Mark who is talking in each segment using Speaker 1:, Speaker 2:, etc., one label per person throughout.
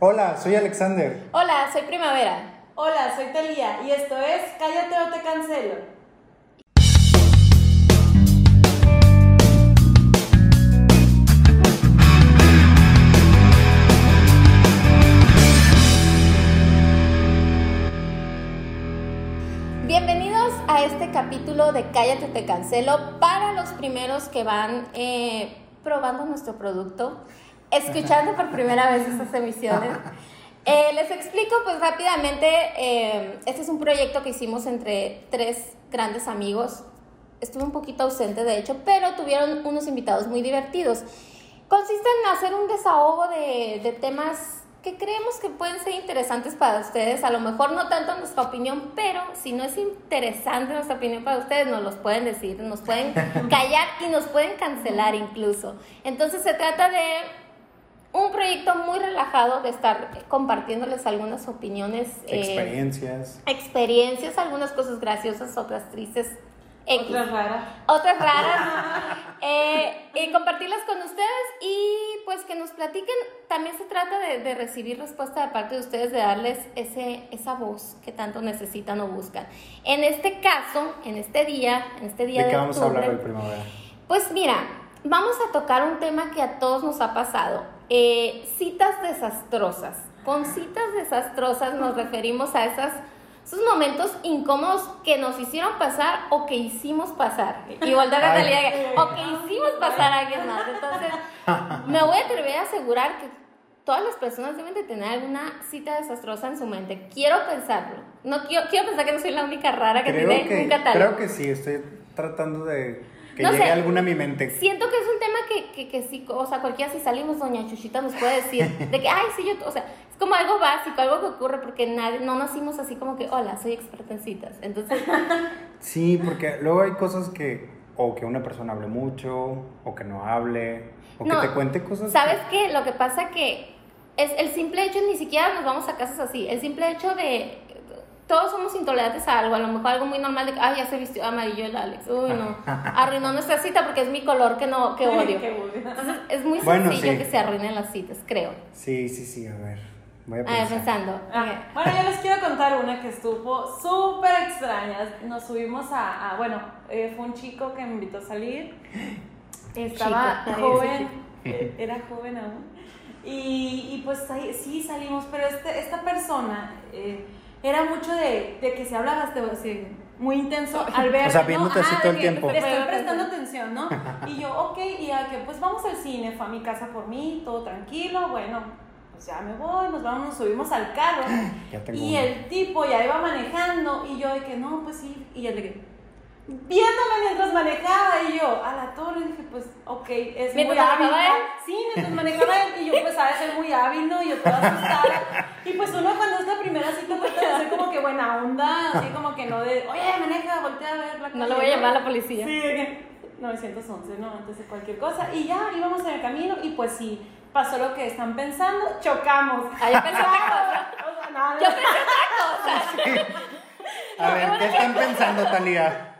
Speaker 1: Hola, soy Alexander.
Speaker 2: Hola, soy Primavera.
Speaker 3: Hola, soy Talía y esto es Cállate o te cancelo.
Speaker 2: Bienvenidos a este capítulo de Cállate te cancelo para los primeros que van eh, probando nuestro producto, escuchando por primera vez estas emisiones. Eh, les explico pues rápidamente, eh, este es un proyecto que hicimos entre tres grandes amigos. Estuve un poquito ausente de hecho, pero tuvieron unos invitados muy divertidos. Consiste en hacer un desahogo de, de temas que creemos que pueden ser interesantes para ustedes. A lo mejor no tanto nuestra opinión, pero si no es interesante nuestra opinión para ustedes, nos los pueden decir, nos pueden callar y nos pueden cancelar incluso. Entonces se trata de un proyecto muy relajado de estar compartiéndoles algunas opiniones, eh,
Speaker 1: Experiencias.
Speaker 2: experiencias, algunas cosas graciosas, otras tristes. X
Speaker 3: Otra rara.
Speaker 2: otras raras eh, y compartirlas con ustedes y pues que nos platiquen también se trata de, de recibir respuesta de parte de ustedes de darles ese esa voz que tanto necesitan o buscan en este caso en este día en este día
Speaker 1: ¿De
Speaker 2: de,
Speaker 1: qué vamos a
Speaker 2: octubre,
Speaker 1: hablar hoy, primavera?
Speaker 2: pues mira vamos a tocar un tema que a todos nos ha pasado eh, citas desastrosas con citas desastrosas nos referimos a esas esos momentos incómodos que nos hicieron pasar o que hicimos pasar. Igual de
Speaker 1: Ay.
Speaker 2: realidad, o que hicimos pasar a alguien más. Entonces, me voy a atrever a asegurar que todas las personas deben de tener alguna cita desastrosa en su mente. Quiero pensarlo. No quiero, quiero pensar que no soy la única rara que
Speaker 1: Creo
Speaker 2: tiene
Speaker 1: que,
Speaker 2: un
Speaker 1: creo
Speaker 2: catálogo.
Speaker 1: que sí, estoy tratando de que
Speaker 2: No
Speaker 1: llegue
Speaker 2: sé.
Speaker 1: alguna a mi mente.
Speaker 2: Siento que es un tema que, que, que sí, o sea, cualquiera si salimos, doña Chuchita nos puede decir de que, ay, sí, yo, o sea, es como algo básico, algo que ocurre porque nadie, no nacimos así como que, hola, soy experta en citas. Entonces,
Speaker 1: Sí, porque luego hay cosas que, o que una persona hable mucho, o que no hable, o
Speaker 2: No,
Speaker 1: que te cuente cosas.
Speaker 2: ¿Sabes qué? Lo que pasa que es el simple hecho, ni siquiera nos vamos a casas así, el simple hecho de... Todos somos intolerantes a algo, a lo mejor algo muy normal de que, ay, ya se vistió amarillo el Alex. Uy, no. Arruinó nuestra cita porque es mi color que no, que odio.
Speaker 3: Qué odio.
Speaker 2: Entonces, es muy
Speaker 1: Bueno,
Speaker 2: sencillo
Speaker 1: sí.
Speaker 2: que se arruinen las citas, creo.
Speaker 1: Sí, sí, sí, a ver. Voy a
Speaker 2: A ver,
Speaker 1: pensar.
Speaker 2: pensando.
Speaker 3: Ah, bueno, yo les quiero contar una que estuvo súper extraña. Nos subimos a, a- bueno, eh, fue un chico que me invitó a salir. Estaba
Speaker 2: Chico,
Speaker 3: joven, eh, era joven aún. Y, y pues ahí sí salimos, pero este, esta persona eh, era mucho de, de que se hablaba este, así, muy intenso al ver.
Speaker 1: O sea, viéndote así
Speaker 3: de
Speaker 1: todo el
Speaker 2: ah,
Speaker 3: que
Speaker 1: tiempo.
Speaker 3: Le estoy prestando atención, ¿no? Y yo, ok, y a que pues vamos al cine, fue a mi casa por mí, todo tranquilo, bueno, pues ya me voy, nos vamos, nos subimos al carro.
Speaker 1: Ya tengo
Speaker 3: Y
Speaker 1: una.
Speaker 3: el tipo ya iba manejando y yo de que no, pues sí, y él de que viéndome mientras manejaba y yo a la torre dije pues ok es
Speaker 2: Mientras
Speaker 3: muy hábil
Speaker 2: manejaba
Speaker 3: ¿no?
Speaker 2: él.
Speaker 3: sí mientras manejaba él y yo pues sabes soy muy hábil ¿no? y yo toda asustada y pues uno cuando es la primera cita trata de hacer como que buena onda así como que no de oye maneja voltea a ver la
Speaker 2: No le
Speaker 3: calle",
Speaker 2: voy a llamar a la policía.
Speaker 3: Sí, de que 911, ¿no? Antes de cualquier cosa. Y ya íbamos en el camino y pues sí, pasó lo que están pensando, chocamos.
Speaker 2: Ah, yo pensé otra cosa.
Speaker 3: O sea, nada.
Speaker 2: Yo pensé otra cosa.
Speaker 1: A ver, ¿qué están pensando, Talía?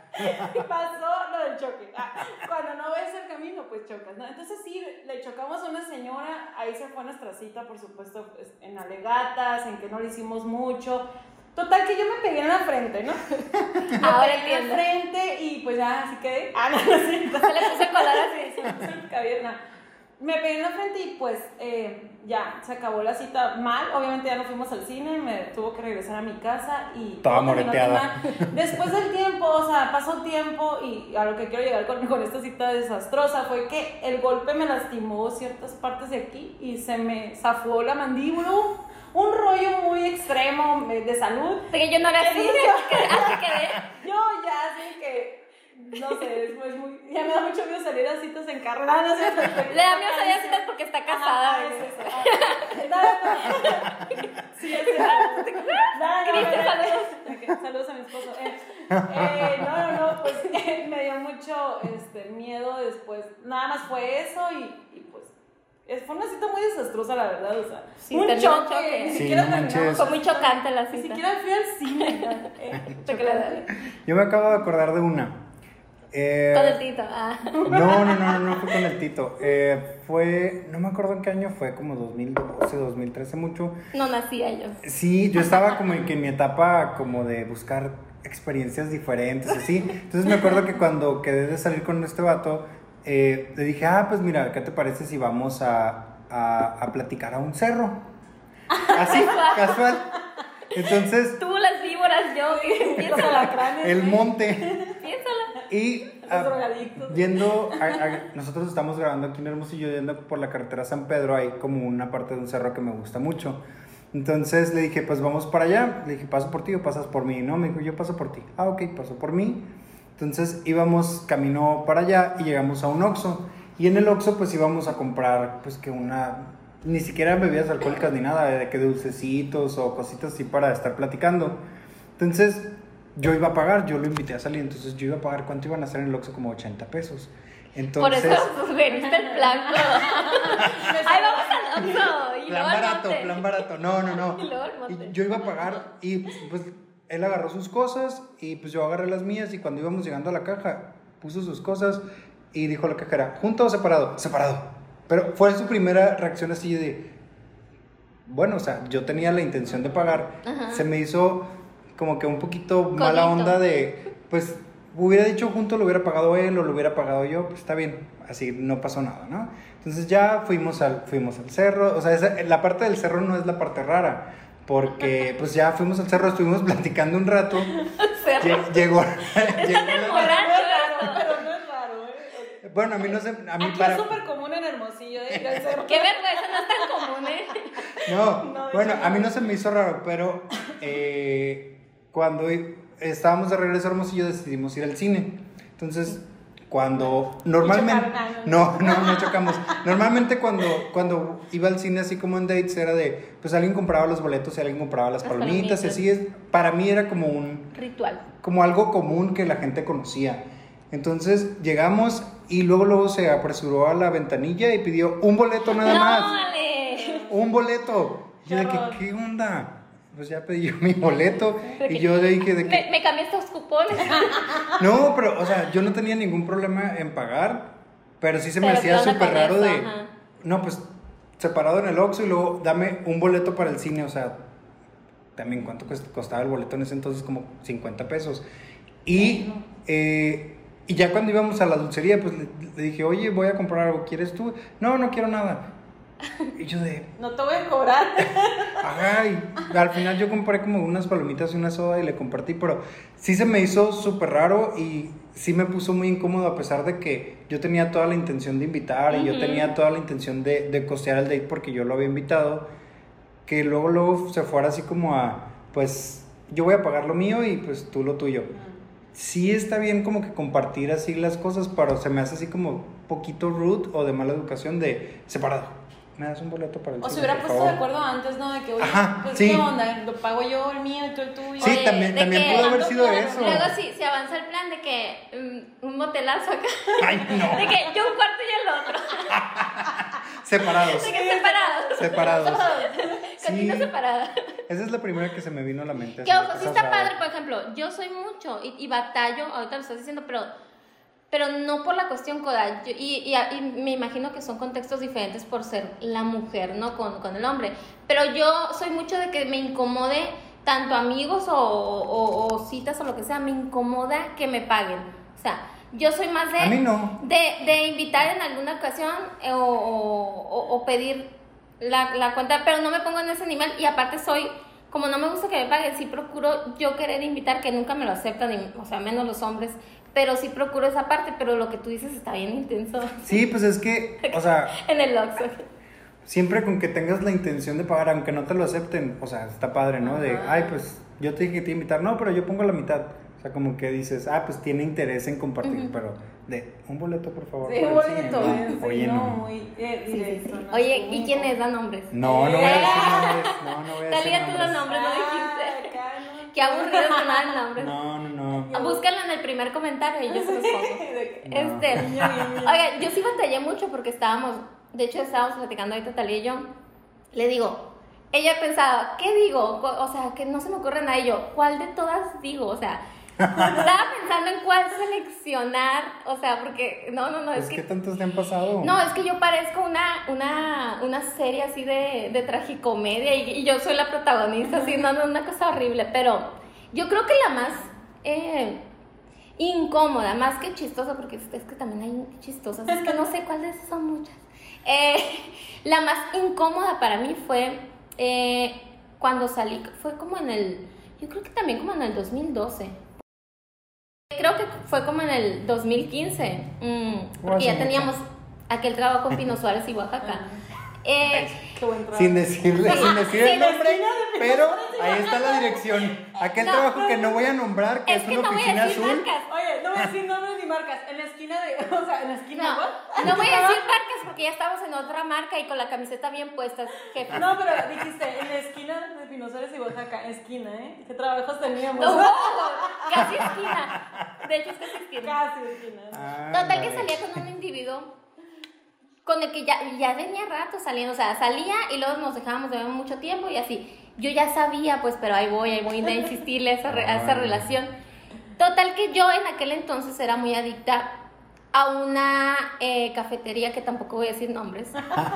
Speaker 3: pasó lo del choque. Ah, Cuando no ves el camino, pues chocas, ¿no? Entonces sí, le chocamos a una señora, ahí se fue nuestra cita, por supuesto, pues, en alegatas, en que no le hicimos mucho. Total que yo me pegué en la frente, ¿no? Me
Speaker 2: Ahora
Speaker 3: pegué en
Speaker 2: entiendo.
Speaker 3: la frente y pues ya así quedé. Ah, no, no es cierto.
Speaker 2: Se le puse color así.
Speaker 3: Sí, se me puso el cabello, no. Me pegué en la frente y pues eh, ya se acabó la cita mal. Obviamente ya no fuimos al cine, me tuvo que regresar a mi casa y.
Speaker 1: Toda
Speaker 3: todo terminó
Speaker 1: moreteada.
Speaker 3: mal. Después del tiempo, o sea, pasó tiempo y a lo que quiero llegar con, con esta cita desastrosa fue que el golpe me lastimó ciertas partes de aquí y se me zafó la mandíbula. Un rollo muy extremo eh, de salud.
Speaker 2: De que yo no era así. Así quedé.
Speaker 3: Yo ya sé que. No sé, es muy, muy- Ya me da mucho miedo salir a citas en carro. No, no sé,
Speaker 2: Le da miedo salir a citas porque está casada.
Speaker 3: Ajá, es eso. Ah, no, no. Sí, es eso. No, no,
Speaker 2: Cristo,
Speaker 3: no, no. Ok, Saludos a mi esposo. Eh, eh, no, no, no, pues eh, me dio mucho este, miedo después. Nada más fue eso y, y pues es- fue una cita muy desastrosa, la verdad. O sea,
Speaker 2: Sí,
Speaker 3: un
Speaker 2: terminó
Speaker 3: choque.
Speaker 2: un choque.
Speaker 3: Ni
Speaker 2: Sí,
Speaker 3: siquiera
Speaker 1: no
Speaker 3: terminamos.
Speaker 1: manches.
Speaker 2: Fue muy chocante la
Speaker 3: Ni
Speaker 2: cita.
Speaker 3: siquiera fui al cine. eh,
Speaker 2: Chocolate.
Speaker 1: Yo me acabo de acordar de una. Eh,
Speaker 2: Con el tito. Ah.
Speaker 1: No, no, no, no, no fue con el Tito. Eh, fue, no me acuerdo en qué año fue, como 2012, 2013, mucho.
Speaker 2: No nacía yo.
Speaker 1: Sí, yo estaba como en, que en mi etapa como de buscar experiencias diferentes, así. Entonces me acuerdo que cuando quedé de salir con este vato, eh, le dije, ah, pues mira, ¿qué te parece si vamos a, a- a platicar a un cerro? Así, casual. Entonces,
Speaker 2: Tú las víboras, yo.
Speaker 3: Los
Speaker 2: Piénsalo.
Speaker 3: alacranes.
Speaker 1: el
Speaker 3: güey,
Speaker 1: monte
Speaker 2: Piénsalo.
Speaker 1: y...
Speaker 3: Los
Speaker 1: ah,
Speaker 3: drogadictos.
Speaker 1: Yendo, a- a- nosotros estamos grabando aquí en Hermosillo, yendo por la carretera San Pedro, hay como una parte de un cerro que me gusta mucho. Entonces le dije, pues vamos para allá. Le dije, paso por ti o pasas por mí. No, me dijo, yo paso por ti. Ah, ok, paso por mí. Entonces íbamos camino para allá y llegamos a un Oxxo. Y en el Oxxo pues íbamos a comprar pues que una... Ni siquiera bebidas alcohólicas ni nada, eh, de que dulcecitos o cositas así para estar platicando. Entonces yo iba a pagar, yo lo invité a salir, entonces yo iba a pagar cuánto iban a hacer en el Oxxo como 80 pesos.
Speaker 2: Por
Speaker 1: Entonces...
Speaker 2: eso sugeriste el plan. Ay, vamos al Oxxo. Y luego
Speaker 1: Plan
Speaker 2: al
Speaker 1: barato,
Speaker 2: monte.
Speaker 1: plan barato. No, no, no.
Speaker 2: Y luego al monte.
Speaker 1: Y yo iba a pagar y pues él agarró sus cosas y pues yo agarré las mías y cuando íbamos llegando a la caja puso sus cosas y dijo la cajera, ¿junto o separado? Separado. Pero fue su primera reacción así de, bueno, o sea, yo tenía la intención de pagar.
Speaker 2: Ajá.
Speaker 1: Se me hizo como que un poquito mala
Speaker 2: Colito.
Speaker 1: onda de, pues hubiera dicho junto, lo hubiera pagado él o lo hubiera pagado yo, pues está bien, así no pasó nada, ¿no? Entonces ya fuimos al, fuimos al cerro, o sea, esa- la parte del cerro no es la parte rara, porque pues ya fuimos al cerro, estuvimos platicando un rato,
Speaker 2: Cerro.
Speaker 1: lle- llegó... llegó
Speaker 3: Pero no
Speaker 1: la-
Speaker 3: es raro, pero no es raro, ¿eh?
Speaker 1: bueno, a mí no se... A mí
Speaker 3: Aquí
Speaker 1: para...
Speaker 3: es súper común en Hermosillo, ¿eh? Ir al cerro.
Speaker 2: Qué vergüenza, no es tan común, ¿eh?
Speaker 1: No,
Speaker 3: No,
Speaker 1: bueno,
Speaker 3: yo no.
Speaker 1: a mí no se me hizo raro, pero eh, cuando i- estábamos de regreso a Hermosillo decidimos ir al cine. Entonces, cuando normalmente...
Speaker 3: chocaron, ah,
Speaker 1: No, no, no chocamos. Normalmente cuando, cuando iba al cine así como en dates era de, pues alguien compraba los boletos y alguien compraba las
Speaker 2: Las
Speaker 1: palomitas, y
Speaker 2: palomitas.
Speaker 1: así es. Para mí era como un
Speaker 2: Ritual.
Speaker 1: como algo común que la gente conocía. Entonces llegamos y luego luego se apresuró a la ventanilla y pidió un boleto nada
Speaker 2: no,
Speaker 1: más
Speaker 2: Ale.
Speaker 1: un boleto. Yo de que,
Speaker 3: Charros.
Speaker 1: ¿qué onda? Pues ya pedí yo mi boleto
Speaker 2: Pero
Speaker 1: y
Speaker 2: que-
Speaker 1: yo le dije de
Speaker 2: Me,
Speaker 1: que,
Speaker 2: me cambié estos cupones.
Speaker 1: no, pero, o sea, yo no tenía ningún problema en pagar, pero sí se me
Speaker 2: Pero
Speaker 1: hacía
Speaker 2: ¿qué onda
Speaker 1: súper
Speaker 2: con
Speaker 1: raro
Speaker 2: eso?
Speaker 1: de,
Speaker 2: Ajá.
Speaker 1: no, pues, separado en el Oxxo y luego dame un boleto para el cine, o sea, también cuánto cuest- costaba el boleto en ese entonces, como 50 pesos. Y, eh, y ya cuando íbamos a la dulcería, pues le, le dije, oye, voy a comprar algo, ¿quieres tú? No, no quiero nada. Y yo de,
Speaker 3: No te voy a cobrar.
Speaker 1: Ajá, y al final yo compré como unas palomitas y una soda y le compartí, pero sí se me hizo súper raro y sí me puso muy incómodo a pesar de que yo tenía toda la intención de invitar y yo
Speaker 2: Ujú.
Speaker 1: tenía toda la intención de, de costear el date porque yo lo había invitado, que luego luego se fuera así como a, pues yo voy a pagar lo mío y pues tú lo tuyo. Sí está bien como que compartir así las cosas, pero se me hace así como poquito rude o de mala educación de separado. Me das un boleto para el
Speaker 3: O se
Speaker 1: cine,
Speaker 3: hubiera
Speaker 1: por
Speaker 3: puesto de
Speaker 1: favor"?
Speaker 3: acuerdo antes, ¿no? De que, oye,
Speaker 1: Ajá,
Speaker 3: pues,
Speaker 1: sí.
Speaker 3: ¿qué onda? Lo pago yo, el mío, y tú el tuyo.
Speaker 1: Sí,
Speaker 2: Oye,
Speaker 1: también,
Speaker 2: de
Speaker 1: también
Speaker 2: que-
Speaker 1: pudo haber sido
Speaker 3: Claro,
Speaker 1: eso.
Speaker 2: Luego sí, se avanza el plan de que mm, un motelazo acá.
Speaker 1: Ay, no.
Speaker 2: De que yo un cuarto y el otro.
Speaker 1: Separados.
Speaker 2: De que separados.
Speaker 1: Separados.
Speaker 2: Cocina
Speaker 1: Sí.
Speaker 2: separada.
Speaker 1: Esa es la primera que se me vino a la mente.
Speaker 2: Que
Speaker 1: así,
Speaker 2: ojo, sí
Speaker 1: cosas
Speaker 2: está
Speaker 1: raras.
Speaker 2: padre, por ejemplo, yo soy mucho y, y batallo, ahorita lo estás diciendo, pero, pero no por la cuestión coda. Yo- y, y a- y me imagino que son contextos diferentes por ser la mujer, ¿no? Con, con el hombre. Pero yo soy mucho de que me incomode, tanto amigos o, o- o citas o lo que sea, me incomoda que me paguen. O sea, yo soy más de...
Speaker 1: A mí no.
Speaker 2: De, de invitar en alguna ocasión eh, o, o- o- o pedir la, la cuenta, pero no me pongo en ese nivel y aparte soy, como no me gusta que me paguen, sí procuro yo querer invitar, que nunca me lo aceptan, y- o sea, menos los hombres, pero sí procuro esa parte, pero lo que tú dices está bien intenso
Speaker 1: Sí, pues es que, o sea,
Speaker 2: en el Oxxo.
Speaker 1: siempre con que tengas la intención de pagar, aunque no te lo acepten, o sea, está padre, ¿no? De,
Speaker 2: Ajá.
Speaker 1: ay, pues yo te dije que te iba a invitar, no, pero yo pongo la mitad. O sea, como que dices, ah, pues tiene interés en compartir, pero de un boleto, por favor.
Speaker 3: Sí,
Speaker 1: para el cine,
Speaker 3: bonito,
Speaker 1: ¿no?
Speaker 3: ¿eh? Sí,
Speaker 1: Oye,
Speaker 3: no,
Speaker 1: no.
Speaker 3: muy eh, directo. ¿no?
Speaker 2: Oye,
Speaker 3: Sí.
Speaker 2: ¿y quiénes dan nombres?
Speaker 1: No, no voy a decir nombres. No, no voy a decir
Speaker 2: Talía, tú los
Speaker 1: nombres.
Speaker 2: nombres no
Speaker 3: Ah,
Speaker 2: dijiste.
Speaker 3: acá, no.
Speaker 2: Qué aburrido que no dan nombres.
Speaker 1: No, no, no.
Speaker 2: Ah, Búscalo en el primer comentario y yo se los pongo.
Speaker 3: De que-
Speaker 1: No.
Speaker 2: Este,
Speaker 3: Niño, niño.
Speaker 2: oiga, yo sí batallé mucho porque estábamos, de hecho estábamos platicando ahorita Talía y yo, le digo, ella pensaba, ¿qué digo? Cu- O sea, que no se me ocurre nada y yo, ¿cuál de todas digo? O sea, Estaba pensando en cuál seleccionar, o sea, porque no, no, no,
Speaker 1: Pues,
Speaker 2: es
Speaker 1: ¿Qué
Speaker 2: que...
Speaker 1: tantos te han pasado?
Speaker 2: No, es que yo parezco una, una, una serie así de, de tragicomedia y, y yo soy la protagonista, así, no, no, una cosa horrible, pero yo creo que la más eh, incómoda, más que chistosa, porque es, es que también hay chistosas, es que no sé cuál de esas son muchas. Eh, la más incómoda para mí fue eh, cuando salí, fue como en el, yo creo que también como en el 2012. Creo que fue como en el 2015, mm, porque ya
Speaker 1: hace
Speaker 2: teníamos aquel trabajo en Pino Suárez y Oaxaca.
Speaker 1: Ah.
Speaker 2: Eh,
Speaker 3: Qué buen trabajo.
Speaker 1: Sin decirle, sin decir el
Speaker 2: Sí,
Speaker 1: nombre,
Speaker 3: vecino de
Speaker 1: pero ahí está la dirección. Aquel
Speaker 2: No,
Speaker 1: trabajo que no voy a nombrar, que es,
Speaker 2: es que
Speaker 1: una
Speaker 2: no voy a
Speaker 1: oficina
Speaker 2: decir
Speaker 1: azul.
Speaker 2: marcas.
Speaker 3: Oye, no voy a decir nombres ni marcas. En la esquina de. O sea, en la esquina
Speaker 2: No,
Speaker 3: ¿what?
Speaker 2: no voy a decir marcas porque ya estamos en otra marca y con la camiseta bien puesta, jefe.
Speaker 3: No, pero dijiste, en la esquina de Pinoceres y Oaxaca, esquina, ¿eh? ¿Qué trabajos teníamos?
Speaker 2: No, casi esquina. De hecho, es casi esquina.
Speaker 3: Casi esquina.
Speaker 1: Ah,
Speaker 2: Total que
Speaker 1: ándale.
Speaker 2: salía con un individuo con el que ya, ya tenía rato saliendo. O sea, salía y luego nos dejábamos de ver mucho tiempo y así. Yo ya sabía, pues, pero ahí voy, ahí voy a insistirle a esa, re- a esa
Speaker 1: Ay.
Speaker 2: relación. Total que yo en aquel entonces era muy adicta a una eh, cafetería que tampoco voy a decir nombres,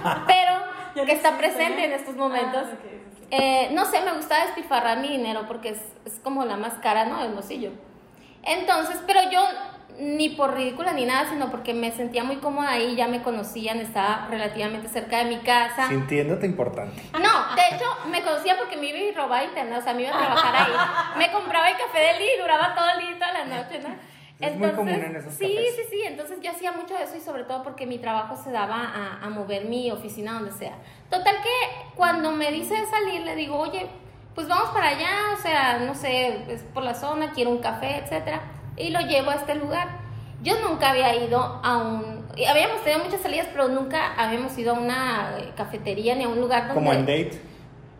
Speaker 3: Ya no
Speaker 2: pero que está
Speaker 3: existe,
Speaker 2: presente
Speaker 3: ¿eh?
Speaker 2: en estos momentos.
Speaker 3: Ah, ok, ok.
Speaker 2: Eh, no sé, me gusta despilfarrar mi dinero porque es, es como la más cara, ¿no? El bolsillo. Entonces, pero yo ni por ridícula ni nada, sino porque me sentía muy cómoda ahí, ya me conocían, estaba relativamente cerca de mi casa.
Speaker 1: Sintiéndote importante.
Speaker 2: No, de hecho, me conocía porque me iba y robaba internet, o sea, me iba a trabajar ahí. Me compraba el café del día y duraba todo el día y toda la noche, ¿no?
Speaker 1: Es muy común en esos
Speaker 2: sí,
Speaker 1: cafés.
Speaker 2: sí, sí. Entonces yo hacía mucho de eso y sobre todo porque mi trabajo se daba a, a mover mi oficina donde sea. Total que cuando me dice de salir, le digo, oye, pues vamos para allá, o sea, no sé, es por la zona, quiero un café, etcétera, y lo llevo a este lugar. Yo nunca había ido a un, y habíamos tenido muchas salidas, pero nunca habíamos ido a una eh, cafetería ni a un lugar donde
Speaker 1: Como en date.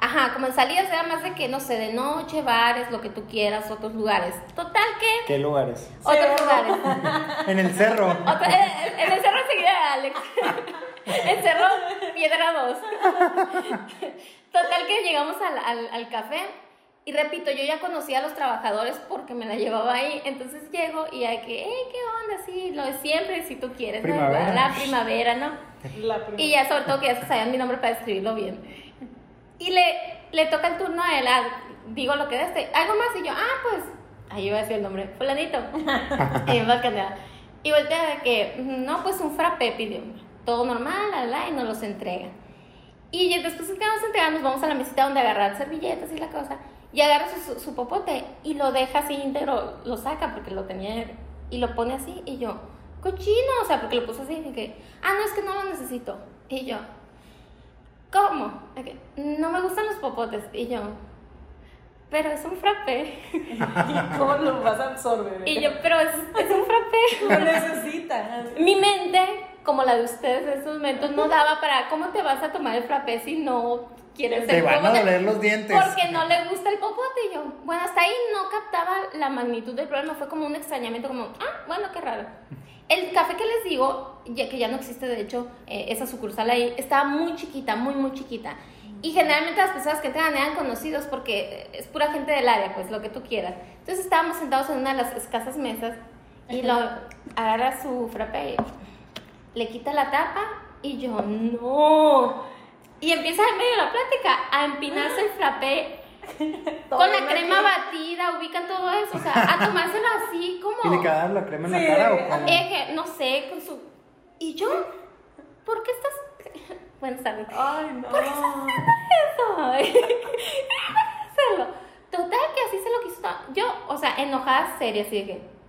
Speaker 2: Ajá, como en salidas era más de que, no sé, de noche, bares, lo que tú quieras, otros lugares. Total que...
Speaker 1: ¿Qué lugares?
Speaker 2: Otros
Speaker 3: Cerro.
Speaker 2: lugares.
Speaker 1: En el cerro.
Speaker 2: Otra- eh, en el cerro seguida de Alex. el cerro Piedra 2. Total que llegamos al, al- al café y repito, yo ya conocía a los trabajadores porque me la llevaba ahí. Entonces llego y hay que, "Ey, ¿qué onda? Sí, lo de siempre, si tú quieres. ¿no?
Speaker 1: Primavera.
Speaker 2: La primavera, ¿no?
Speaker 3: La primera.
Speaker 2: Y ya sobre todo que ya se sabían mi nombre para escribirlo bien. Y le, le toca el turno a él, ah, digo lo que de este, algo más y yo, ah, pues, ahí iba a decir el nombre, fulanito. y bacanea. Y voltea de que, "Mm, no, pues un frappé pidió, todo normal, la, la, la, y nos los entrega. Y ya después que nos entregan, nos vamos a la mesita donde agarrar servilletas y la cosa. Y agarra su, su- su popote y lo deja así íntegro, lo saca porque lo tenía y lo pone así. Y yo, cochino, o sea, porque lo puso así. y que, ah, no, es que no lo necesito. Y yo, ¿cómo? De que, no me gustan los popotes. Y yo, pero es un frappé.
Speaker 3: ¿Y cómo lo vas a absorber?
Speaker 2: Y yo, pero es, es un frappé.
Speaker 3: Lo necesitas.
Speaker 2: Mi mente, como la de ustedes en estos momentos, no daba para cómo te vas a tomar el frappé si no quieres
Speaker 1: Te
Speaker 2: el
Speaker 1: van a
Speaker 2: popote?
Speaker 1: doler los dientes.
Speaker 2: Porque no le gusta el popote. Y yo, bueno, hasta ahí no captaba la magnitud del problema. Fue como un extrañamiento, como, ah, bueno, qué raro. El café que les digo, ya que ya no existe, de hecho, eh, esa sucursal ahí, estaba muy chiquita, muy, muy chiquita. Y generalmente las personas que entran eran conocidos porque eh, es pura gente del área, pues lo que tú quieras. Entonces estábamos sentados en una de las escasas mesas y lo agarra su frappe le quita la tapa y yo no. Y empieza en medio de la plática a empinarse el frappé
Speaker 3: Todo
Speaker 2: con la
Speaker 3: lo
Speaker 2: crema
Speaker 3: que-
Speaker 2: batida, ubican todo eso, o sea, a tomárselo así
Speaker 1: ¿Y le
Speaker 2: como
Speaker 1: quedaba la crema en
Speaker 3: Sí.
Speaker 1: la cara o cómo?
Speaker 2: eh, que, no sé, con su ¿Y yo? ¿Por qué estás Buenas tardes.
Speaker 3: Ay, no.
Speaker 2: Ay, hacerlo. Total que así se lo quiso. tomar. Yo, o sea, enojada seria, así de que,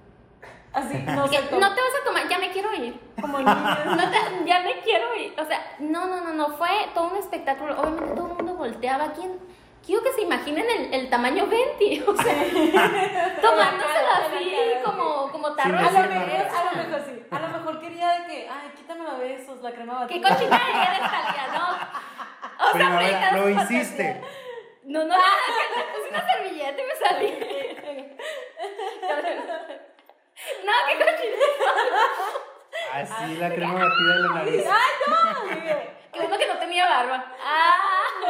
Speaker 3: Así, no
Speaker 2: que
Speaker 3: sé cómo.
Speaker 2: no te vas a tomar, ya me quiero ir.
Speaker 3: Como niños.
Speaker 2: No te- ya me quiero ir. O sea, no, no, no, no. Fue todo un espectáculo. Obviamente todo el mundo volteaba. ¿Quién? Quiero que se imaginen el, el tamaño 20. O sea, tomándoselo así como, como tarro.
Speaker 1: Sin
Speaker 3: A lo,
Speaker 1: decir
Speaker 3: mejor,
Speaker 1: nada.
Speaker 3: a lo mejor sí. A lo mejor quería de que, ay, quítamelo a besos, la crema
Speaker 2: ¿Qué
Speaker 3: batida.
Speaker 2: cochinadería de salida, no? O sea,
Speaker 1: Primavera,
Speaker 2: fritas,
Speaker 1: lo
Speaker 2: o sea,
Speaker 1: hiciste.
Speaker 2: No, no, me puse una servilleta y me salí. No, qué cochinero.
Speaker 1: Así la crema batida de la nariz.
Speaker 3: ¡Ay, no! Dije,
Speaker 2: Que uno que no tenía barba. Ah.
Speaker 3: no,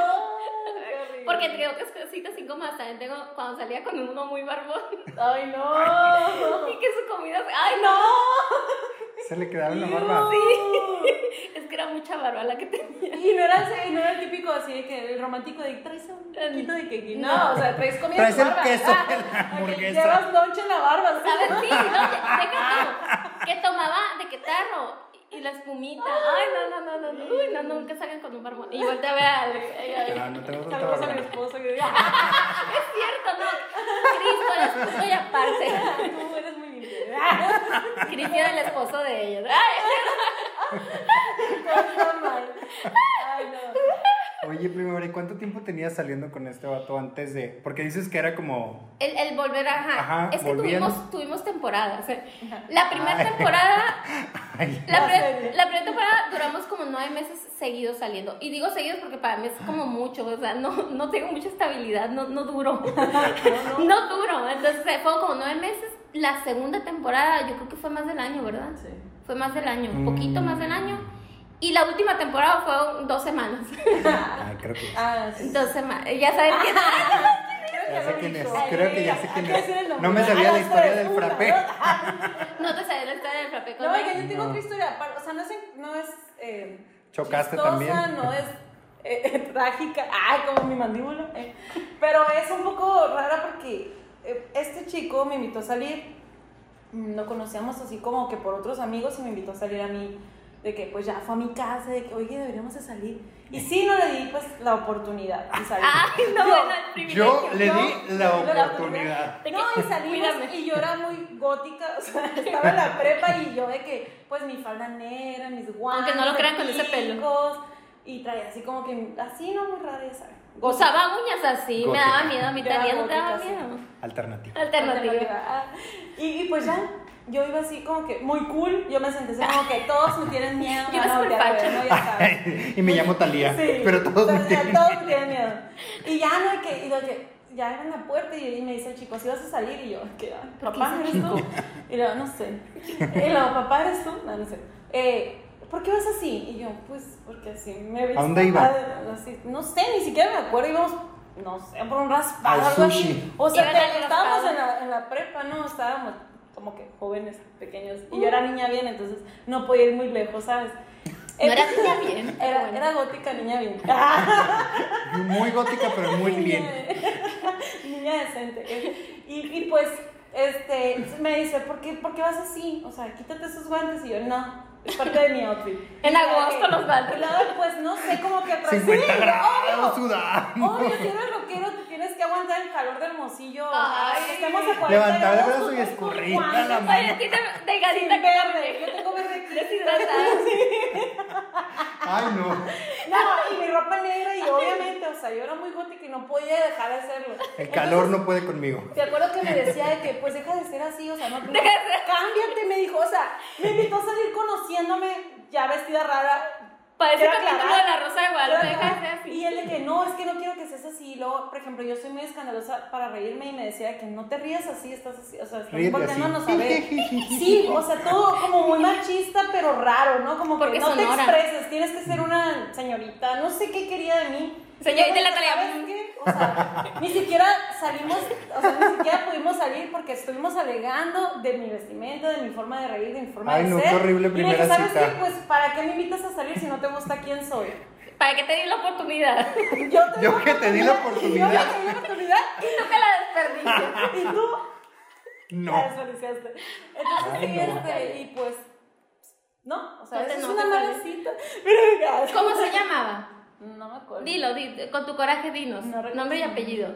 Speaker 3: qué
Speaker 2: Porque
Speaker 3: horrible.
Speaker 2: porque tengo otras cositas así como hasta tengo cuando salía con uno muy barbón
Speaker 3: ¡Ay, no!
Speaker 2: y que su comida. ¡Ay, no!
Speaker 1: Se le quedaron la barba.
Speaker 2: Es que era mucha barba la que tenía.
Speaker 3: Y no era así, no era el típico así de que el romántico de traes un poquito de que no, o sea, traes comida
Speaker 1: Traes
Speaker 3: en
Speaker 1: el
Speaker 3: tu barba.
Speaker 1: queso
Speaker 3: Ah,
Speaker 1: de la
Speaker 3: ok,
Speaker 1: hamburguesa.
Speaker 3: Llevas lonche en la barba, ¿sabes?
Speaker 2: ¿Sabes? Sí, no, deja tú, Que tomaba de que tarro y la espumita. Ay, no, no, no, no. Uy, no, nunca salgan con un barbón. Y voltea a ver eh, a Alex. ay, ay,
Speaker 1: No, no tengo tanta
Speaker 3: Saludos a mi
Speaker 1: barba.
Speaker 3: esposo "Ah". que
Speaker 2: Es cierto, no. Cristo, el esposo y aparte.
Speaker 3: tú eres muy Ah, limpio.
Speaker 2: Cristian, el esposo de ellos. Ay,
Speaker 3: Todo mal. Ay, no.
Speaker 1: Oye, primero, ¿y cuánto tiempo tenías saliendo con este vato antes de...? Porque dices que era como...
Speaker 2: El, el volver, ajá.
Speaker 1: Ajá,
Speaker 2: es que
Speaker 1: volviendo.
Speaker 2: tuvimos, tuvimos temporadas. La primera
Speaker 1: Ay.
Speaker 2: temporada
Speaker 1: Ay,
Speaker 2: La,
Speaker 3: La
Speaker 2: pre-
Speaker 3: serie.
Speaker 2: la primera temporada duramos como nueve meses seguidos saliendo. Y digo seguidos porque para mí es como mucho, o sea, no, no tengo mucha estabilidad, no, no duro. No duro. Entonces eh, fueron como nueve meses. La segunda temporada yo creo que fue más del año, ¿verdad?
Speaker 3: Sí.
Speaker 2: Fue más del año, un
Speaker 1: Mm.
Speaker 2: poquito más del año. Y la última temporada fueron dos semanas.
Speaker 1: ay, creo que...
Speaker 3: Ah, sí.
Speaker 2: Dos semanas. Ya saben que...
Speaker 1: Ya sé quién es,
Speaker 3: Ay,
Speaker 1: creo que ya sé
Speaker 3: hay
Speaker 1: quién
Speaker 3: que decir el
Speaker 1: es.
Speaker 3: nombre.
Speaker 1: No me sabía
Speaker 3: Ah,
Speaker 1: la historia del
Speaker 3: esto es
Speaker 1: frappé.
Speaker 3: una, ¿no?
Speaker 2: No te sabes la historia del frappé con
Speaker 3: No,
Speaker 2: Noel.
Speaker 3: oiga, yo tengo
Speaker 1: No.
Speaker 3: otra historia. aparte, O sea, no es. No es eh,
Speaker 1: Chocaste
Speaker 3: chistosa,
Speaker 1: también.
Speaker 3: No es eh, eh, trágica. Ay, como mi mandíbula. eh. Pero es un poco rara porque eh, este chico me invitó a salir. Mm, Lo conocíamos así como que por otros amigos y me invitó a salir a mí. De que pues ya fue a mi casa, de que oye, deberíamos de salir. Y sí, no le di pues la oportunidad. Y salí.
Speaker 2: Ay, no,
Speaker 3: Yo-
Speaker 2: bueno, el privilegio.
Speaker 1: Yo le
Speaker 3: yo-
Speaker 1: di la
Speaker 3: yo la
Speaker 1: oportunidad.
Speaker 2: De
Speaker 3: no,
Speaker 2: que,
Speaker 3: y salimos
Speaker 2: cuídame.
Speaker 3: y yo era muy gótica, o sea, estaba en la prepa y yo de que, pues mi falda negra, mis guantes.
Speaker 2: Aunque no lo crean con ese pelo.
Speaker 3: picos, Y traía así como que, así no, muy rara esa.
Speaker 2: Usaba uñas así,
Speaker 1: Gótica.
Speaker 2: me daba miedo a mí
Speaker 3: Yo era
Speaker 2: también, no te daba
Speaker 3: gótica, sí.
Speaker 2: miedo.
Speaker 1: Alternativa.
Speaker 2: Alternativa.
Speaker 3: Ah, Y, y pues ya, yo iba así como que muy cool, yo me sentí así como que todos me tienen miedo.
Speaker 2: Yo
Speaker 3: me van a
Speaker 2: iba súper
Speaker 3: voltear a ver, ¿no? Ya sabes.
Speaker 1: y me llamo Talía,
Speaker 3: Ah. Sí.
Speaker 1: pero todos me
Speaker 3: Entonces, ya
Speaker 1: tienen.
Speaker 3: todos me tienen miedo. Y ya no, y que, y lo que- ya abren la puerta y, y me dice el chico, si vas a salir, y yo, que, ah,
Speaker 2: ¿Por qué
Speaker 3: papá,
Speaker 2: dice
Speaker 3: ¿eres tú? Y luego, no sé. Y luego, papá, ¿eres tú? No, no sé. Eh, ¿Por qué vas así? Y yo, pues, porque así me viste.
Speaker 1: dónde iba?
Speaker 3: Ah, así, no sé, ni siquiera me acuerdo, íbamos, no sé, por un raspado,
Speaker 1: Al
Speaker 3: algo
Speaker 1: sushi.
Speaker 3: así. O sea,
Speaker 2: Iban
Speaker 3: pero
Speaker 2: al
Speaker 3: estábamos
Speaker 2: raspado.
Speaker 3: en la, en la prepa, ¿no? Estábamos como que jóvenes, pequeños. Y yo era niña bien, entonces no podía ir muy lejos, ¿sabes?
Speaker 2: Mm. No era
Speaker 3: Entonces-
Speaker 2: niña bien. pero
Speaker 3: era,
Speaker 2: bueno. Ah,
Speaker 3: era gótica, niña bien.
Speaker 1: Muy gótica, pero muy bien.
Speaker 3: niña decente. Y, y pues, este, me dice, ¿por qué, ¿por qué vas así? O sea, quítate esos guantes. Y yo, no, es parte de mi outfit.
Speaker 2: En
Speaker 3: Y ya
Speaker 2: agosto
Speaker 3: que-
Speaker 2: los guantes.
Speaker 3: y luego, pues, no sé cómo que atrás.
Speaker 1: 50
Speaker 3: Sí,
Speaker 1: grados
Speaker 3: obvio.
Speaker 1: sudando.
Speaker 3: Obvio, si eres rockero, te tienes que aguantar el calor del hermosillo.
Speaker 2: Ay.
Speaker 3: Estamos a 40
Speaker 1: Levantar el
Speaker 3: grados,
Speaker 1: brazo
Speaker 3: tú
Speaker 1: y
Speaker 3: con
Speaker 1: escurrirla la
Speaker 3: guantes,
Speaker 2: Oye,
Speaker 1: mano.
Speaker 2: tiene
Speaker 3: sin
Speaker 2: delgadita que
Speaker 3: verde. Yo tengo verde
Speaker 2: deshidratada.
Speaker 1: Ay, no.
Speaker 3: No, y mi ropa negra, y obviamente, o sea, yo era muy gótica y no podía dejar de hacerlo.
Speaker 1: El calor no puede conmigo.
Speaker 3: Te acuerdo que me decía de que, pues deja de ser así, o sea, no, no
Speaker 2: Deja de ser-
Speaker 3: cámbiate, me dijo, o sea, me invitó a salir conociéndome ya vestida rara.
Speaker 2: Parece
Speaker 3: Quiero
Speaker 2: capítulo
Speaker 3: aclarar.
Speaker 2: de la Rosa de Guadalupe,
Speaker 3: Pero
Speaker 2: deja
Speaker 3: no.
Speaker 2: de ser así.
Speaker 3: Y él de que no, es que no quiero que seas así. Y luego, por ejemplo, yo soy muy escandalosa para reírme y me decía de que no te rías así, estás así, o sea, estás
Speaker 1: Ríete
Speaker 3: volteándonos
Speaker 1: así.
Speaker 3: a ver. Sí, o sea, todo como muy machista, pero raro, ¿no? Como
Speaker 2: Porque
Speaker 3: que no
Speaker 2: sonora.
Speaker 3: te expreses, tienes que ser una señorita, no sé qué quería de mí.
Speaker 2: Señorita
Speaker 3: Y yo,
Speaker 2: la tarea.
Speaker 3: ¿sabes qué? O sea, ni siquiera salimos, o sea, ni siquiera pudimos salir porque estuvimos alegando de mi vestimenta, de mi forma de reír, de mi forma
Speaker 1: Ay,
Speaker 3: de
Speaker 1: no,
Speaker 3: ser.
Speaker 1: qué horrible
Speaker 3: Y me
Speaker 1: primera
Speaker 3: dije, ¿sabes
Speaker 1: cita".
Speaker 3: qué? Pues, ¿para qué me invitas a salir si no te gusta quién soy?
Speaker 2: ¿Para qué te di la oportunidad?
Speaker 3: Yo, te di
Speaker 1: Yo
Speaker 3: la
Speaker 1: que te di la
Speaker 3: Yo
Speaker 1: oportunidad.
Speaker 3: que te di la oportunidad
Speaker 2: Y tú que la desperdicias.
Speaker 3: y tú
Speaker 1: No.
Speaker 3: la desperdiciaste. Entonces,
Speaker 1: Ay,
Speaker 3: sí,
Speaker 1: no.
Speaker 3: este, y pues, no, o sea,
Speaker 2: Pues No te
Speaker 3: es
Speaker 2: enojes,
Speaker 3: una mala
Speaker 2: Ale.
Speaker 3: cita. Mira, mira.
Speaker 2: ¿Cómo se llamaba?
Speaker 3: No me acuerdo.
Speaker 2: Dilo, di- con tu coraje dinos.
Speaker 3: No recuerdo.
Speaker 2: Nombre y apellido.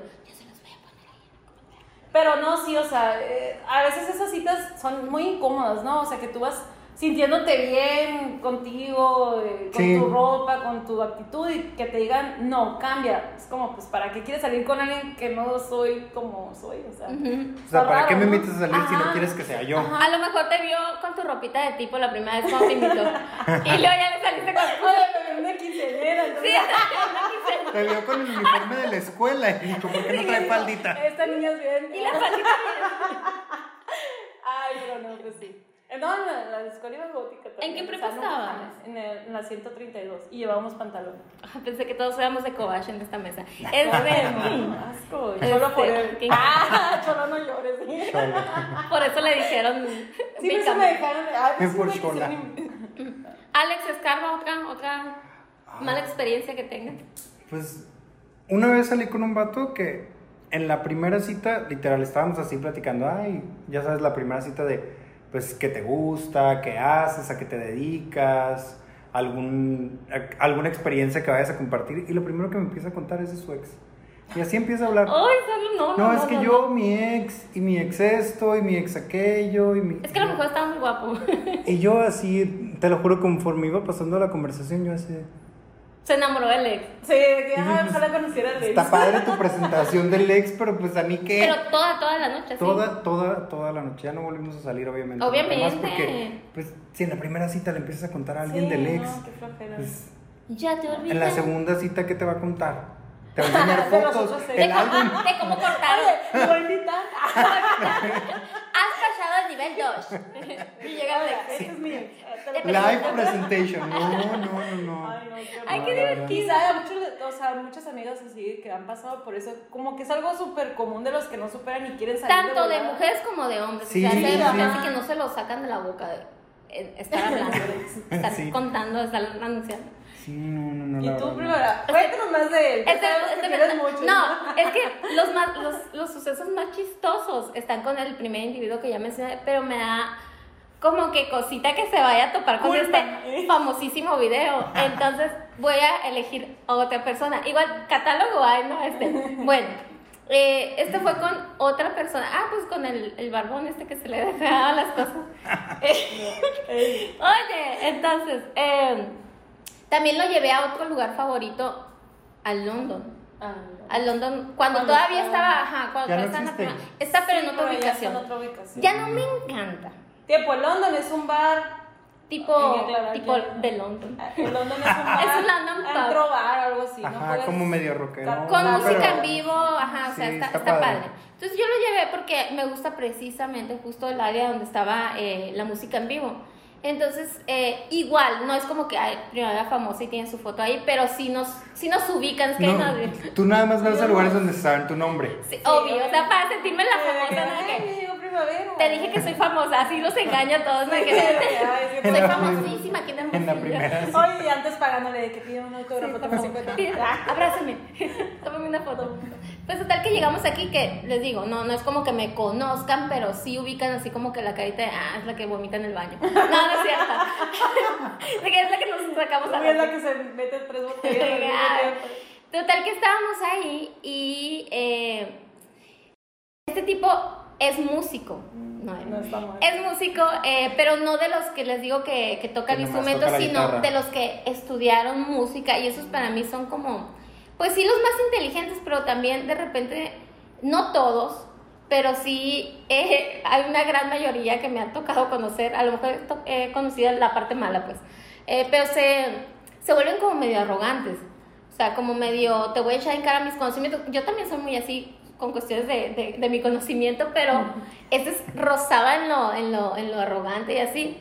Speaker 3: Pero no, sí, o sea, eh, a veces esas citas son muy incómodas, ¿no? O sea, que tú vas sintiéndote bien contigo, eh, con
Speaker 1: Sí.
Speaker 3: tu ropa, con tu actitud y que te digan, no, cambia. Es como, pues, ¿para qué quieres salir con alguien que no soy como soy? O sea,
Speaker 2: Ujú.
Speaker 1: O sea,
Speaker 3: está
Speaker 1: ¿para
Speaker 3: raro,
Speaker 1: qué me
Speaker 3: ¿no?
Speaker 1: invitas a salir si no
Speaker 3: Ajá.
Speaker 1: quieres que sea Ah, yo?
Speaker 2: A lo mejor te vio con tu ropita de tipo la primera vez cuando te invitó. Y luego ya le saliste con
Speaker 3: Oye, me veo una quinceañera, entonces,
Speaker 2: Sí,
Speaker 1: Te veo con el uniforme de la escuela y dijo, ¿por qué no trae faldita?
Speaker 3: Esta niña es bien.
Speaker 2: y la faldita.
Speaker 3: Ay, pero no, pues sí. No, en la, la escuela iba gótica. también,
Speaker 2: qué
Speaker 3: o
Speaker 2: prepa
Speaker 3: sea, no
Speaker 2: estabas?
Speaker 3: mames, En, el- en la 132 y llevábamos pantalón.
Speaker 2: Ah, Pensé que todos éramos de cobache en esta mesa. Este,
Speaker 3: Asco,
Speaker 2: Este,
Speaker 3: solo por él.
Speaker 2: ¿qué?
Speaker 3: Ah, solo no llores. Sí,
Speaker 2: por eso le dijeron.
Speaker 3: sí por eso
Speaker 2: pícame.
Speaker 3: me dejaron. Ah,
Speaker 1: Qué
Speaker 3: pues sí me
Speaker 1: porcola.
Speaker 3: quisieron im-
Speaker 2: Alex Escarba, otra, otra
Speaker 1: Ah.
Speaker 2: mala experiencia que tengas.
Speaker 1: Pues una vez salí con un vato que en la primera cita, literal, estábamos así platicando, ay, ya sabes, la primera cita de, pues, qué te gusta, qué haces, a qué te dedicas, algún, a- alguna experiencia que vayas a compartir. Y lo primero que me empieza a contar es de su ex. Y así empieza a hablar.
Speaker 2: Ay, solo no, no.
Speaker 1: Ah. no, es que
Speaker 2: Oh, no,
Speaker 1: yo,
Speaker 2: no.
Speaker 1: mi ex, y mi ex esto, y mi ex aquello, y mi...
Speaker 2: Es que a lo mejor estaba muy guapo.
Speaker 1: Y yo así, te lo juro, conforme iba pasando la conversación, yo así... de,
Speaker 2: Se enamoró del ex.
Speaker 3: Sí, de que ah, ojalá conociera a
Speaker 1: Está padre tu presentación del ex, pero pues a mí qué...
Speaker 2: Pero toda, toda la noche, sí.
Speaker 1: Toda, toda, toda la noche. Ya no volvimos a salir, obviamente.
Speaker 2: Obviamente.
Speaker 1: Además, porque, pues, si en la primera cita le empiezas a contar a alguien del ex,
Speaker 3: No, qué flojera.
Speaker 1: pues,
Speaker 2: Ya te olvidé.
Speaker 1: en la segunda cita, ¿qué te va a contar? Te va a enseñar
Speaker 3: De los
Speaker 1: fotos,
Speaker 3: otros seis.
Speaker 2: De
Speaker 1: el
Speaker 2: cómo,
Speaker 1: álbum.
Speaker 2: de cómo Ah, cortaron.
Speaker 3: Oye, Gordita.
Speaker 2: Has pasado al nivel 2. Y llega el ex.
Speaker 3: Este es mío. Ah, te lo
Speaker 2: Live.
Speaker 3: presento.
Speaker 1: Live presentation. No, no, no,
Speaker 3: Ay,
Speaker 1: no.
Speaker 3: no, qué
Speaker 2: Ay,
Speaker 3: horror.
Speaker 2: qué
Speaker 1: No, la verdad.
Speaker 2: divertido.
Speaker 3: Quizá a muchos, de- o sea, muchas amigas así que han pasado por eso, como que es algo súper común de los que no superan y quieren salir.
Speaker 2: Tanto de
Speaker 3: volada.
Speaker 2: mujeres como de hombres.
Speaker 1: Sí,
Speaker 2: o sea,
Speaker 1: sí.
Speaker 2: se así que no se lo sacan de la boca de eh, estar hablando, estar
Speaker 1: Sí.
Speaker 2: contando, estar anunciando.
Speaker 1: Sí, no, no, no. la
Speaker 3: Y tú,
Speaker 1: verdad, no.
Speaker 3: primera, cuéntanos más de él.
Speaker 2: Es
Speaker 3: Este,
Speaker 2: el- es
Speaker 3: que
Speaker 2: el-
Speaker 3: quieres mucho.
Speaker 2: no, es que los, más, los, los sucesos más chistosos están con el primer individuo que ya mencioné, pero me da como que cosita que se vaya a topar con
Speaker 3: Culpa.
Speaker 2: este famosísimo video. Entonces voy a elegir a otra persona. Igual, catálogo hay, ¿no? Este. Bueno, eh, este fue con otra persona. Ah, pues con el, el barbón este que se le dejaba las cosas.
Speaker 3: Ey,
Speaker 2: Oye, entonces, eh, también lo llevé a otro lugar favorito, al London.
Speaker 3: ah, no.
Speaker 2: Al London, cuando,
Speaker 3: Cuando
Speaker 2: todavía
Speaker 3: estaba-
Speaker 2: estaba, ajá, cuando
Speaker 1: Ya
Speaker 2: todavía
Speaker 1: no
Speaker 2: estaba en la
Speaker 1: existe.
Speaker 2: prima- está pero en otra
Speaker 3: ya está en
Speaker 2: ubicación.
Speaker 3: otra ubicación.
Speaker 2: Ya no me encanta.
Speaker 3: Tiempo, London es un bar. Hay que
Speaker 2: Tipo,
Speaker 3: aclarar
Speaker 2: tipo
Speaker 3: que-
Speaker 2: de London.
Speaker 3: El London es un bar.
Speaker 2: Es un London pub.
Speaker 3: Antro bar o algo así. ¿no?
Speaker 1: Ajá,
Speaker 3: Puedes-
Speaker 1: como medio rockero.
Speaker 2: Con
Speaker 3: No,
Speaker 2: música
Speaker 1: pero-
Speaker 2: en vivo, ajá, o sea,
Speaker 1: Sí,
Speaker 2: está,
Speaker 1: está
Speaker 2: está padre.
Speaker 1: padre.
Speaker 2: Entonces yo lo llevé porque me gusta precisamente justo el área donde estaba eh, la música en vivo. Entonces, eh, igual, no es como que hay primavera famosa y tiene su foto ahí, pero sí nos, sí nos ubican, es que
Speaker 1: No,
Speaker 2: ahí nos-
Speaker 1: tú nada más vas a lugares donde saben tu nombre.
Speaker 2: Sí, obvio, o sea,
Speaker 3: obviamente.
Speaker 2: para sentirme la famosa, ¿no?
Speaker 3: Ay,
Speaker 2: Que
Speaker 3: ya llegó primavera.
Speaker 2: Te dije que soy famosa, así los engaño a todos. ¿no?
Speaker 3: Ay,
Speaker 2: Que-
Speaker 3: es que-
Speaker 2: Soy
Speaker 1: la-
Speaker 2: famosísima aquí en Hermosillo.
Speaker 1: En la primera cita.
Speaker 3: Oye, y antes pagándole de que piden un autógrafo, toma 50.
Speaker 2: Mira, Abrázame, tómame una foto. Pues total que llegamos aquí que les digo, no, no es como que me conozcan, pero sí ubican así como que la carita de, ah, es la que vomita en el baño. No, no es cierto. De que es la que nos sacamos a
Speaker 3: Tú es la que se mete tres botellas. al mismo
Speaker 2: Ay.
Speaker 3: tiempo.
Speaker 2: Total que estábamos ahí y eh, este tipo es músico. No,
Speaker 3: No está mal.
Speaker 2: es músico, eh, pero no de los que les digo que, que tocan
Speaker 1: Que nomás
Speaker 2: instrumentos,
Speaker 1: toca la
Speaker 2: sino
Speaker 1: guitarra.
Speaker 2: de los que estudiaron música y esos para mí son como, pues sí, los más inteligentes, pero también de repente, no todos, pero sí eh, hay una gran mayoría que me ha tocado conocer, a lo mejor he to- he conocido la parte mala, pues, Eh, pero se, se vuelven como medio arrogantes. O sea, como medio, te voy a echar en cara mis conocimientos. Yo también soy muy así con cuestiones de, de- de mi conocimiento, pero este es, rozaba en lo, en, lo, en lo arrogante y así.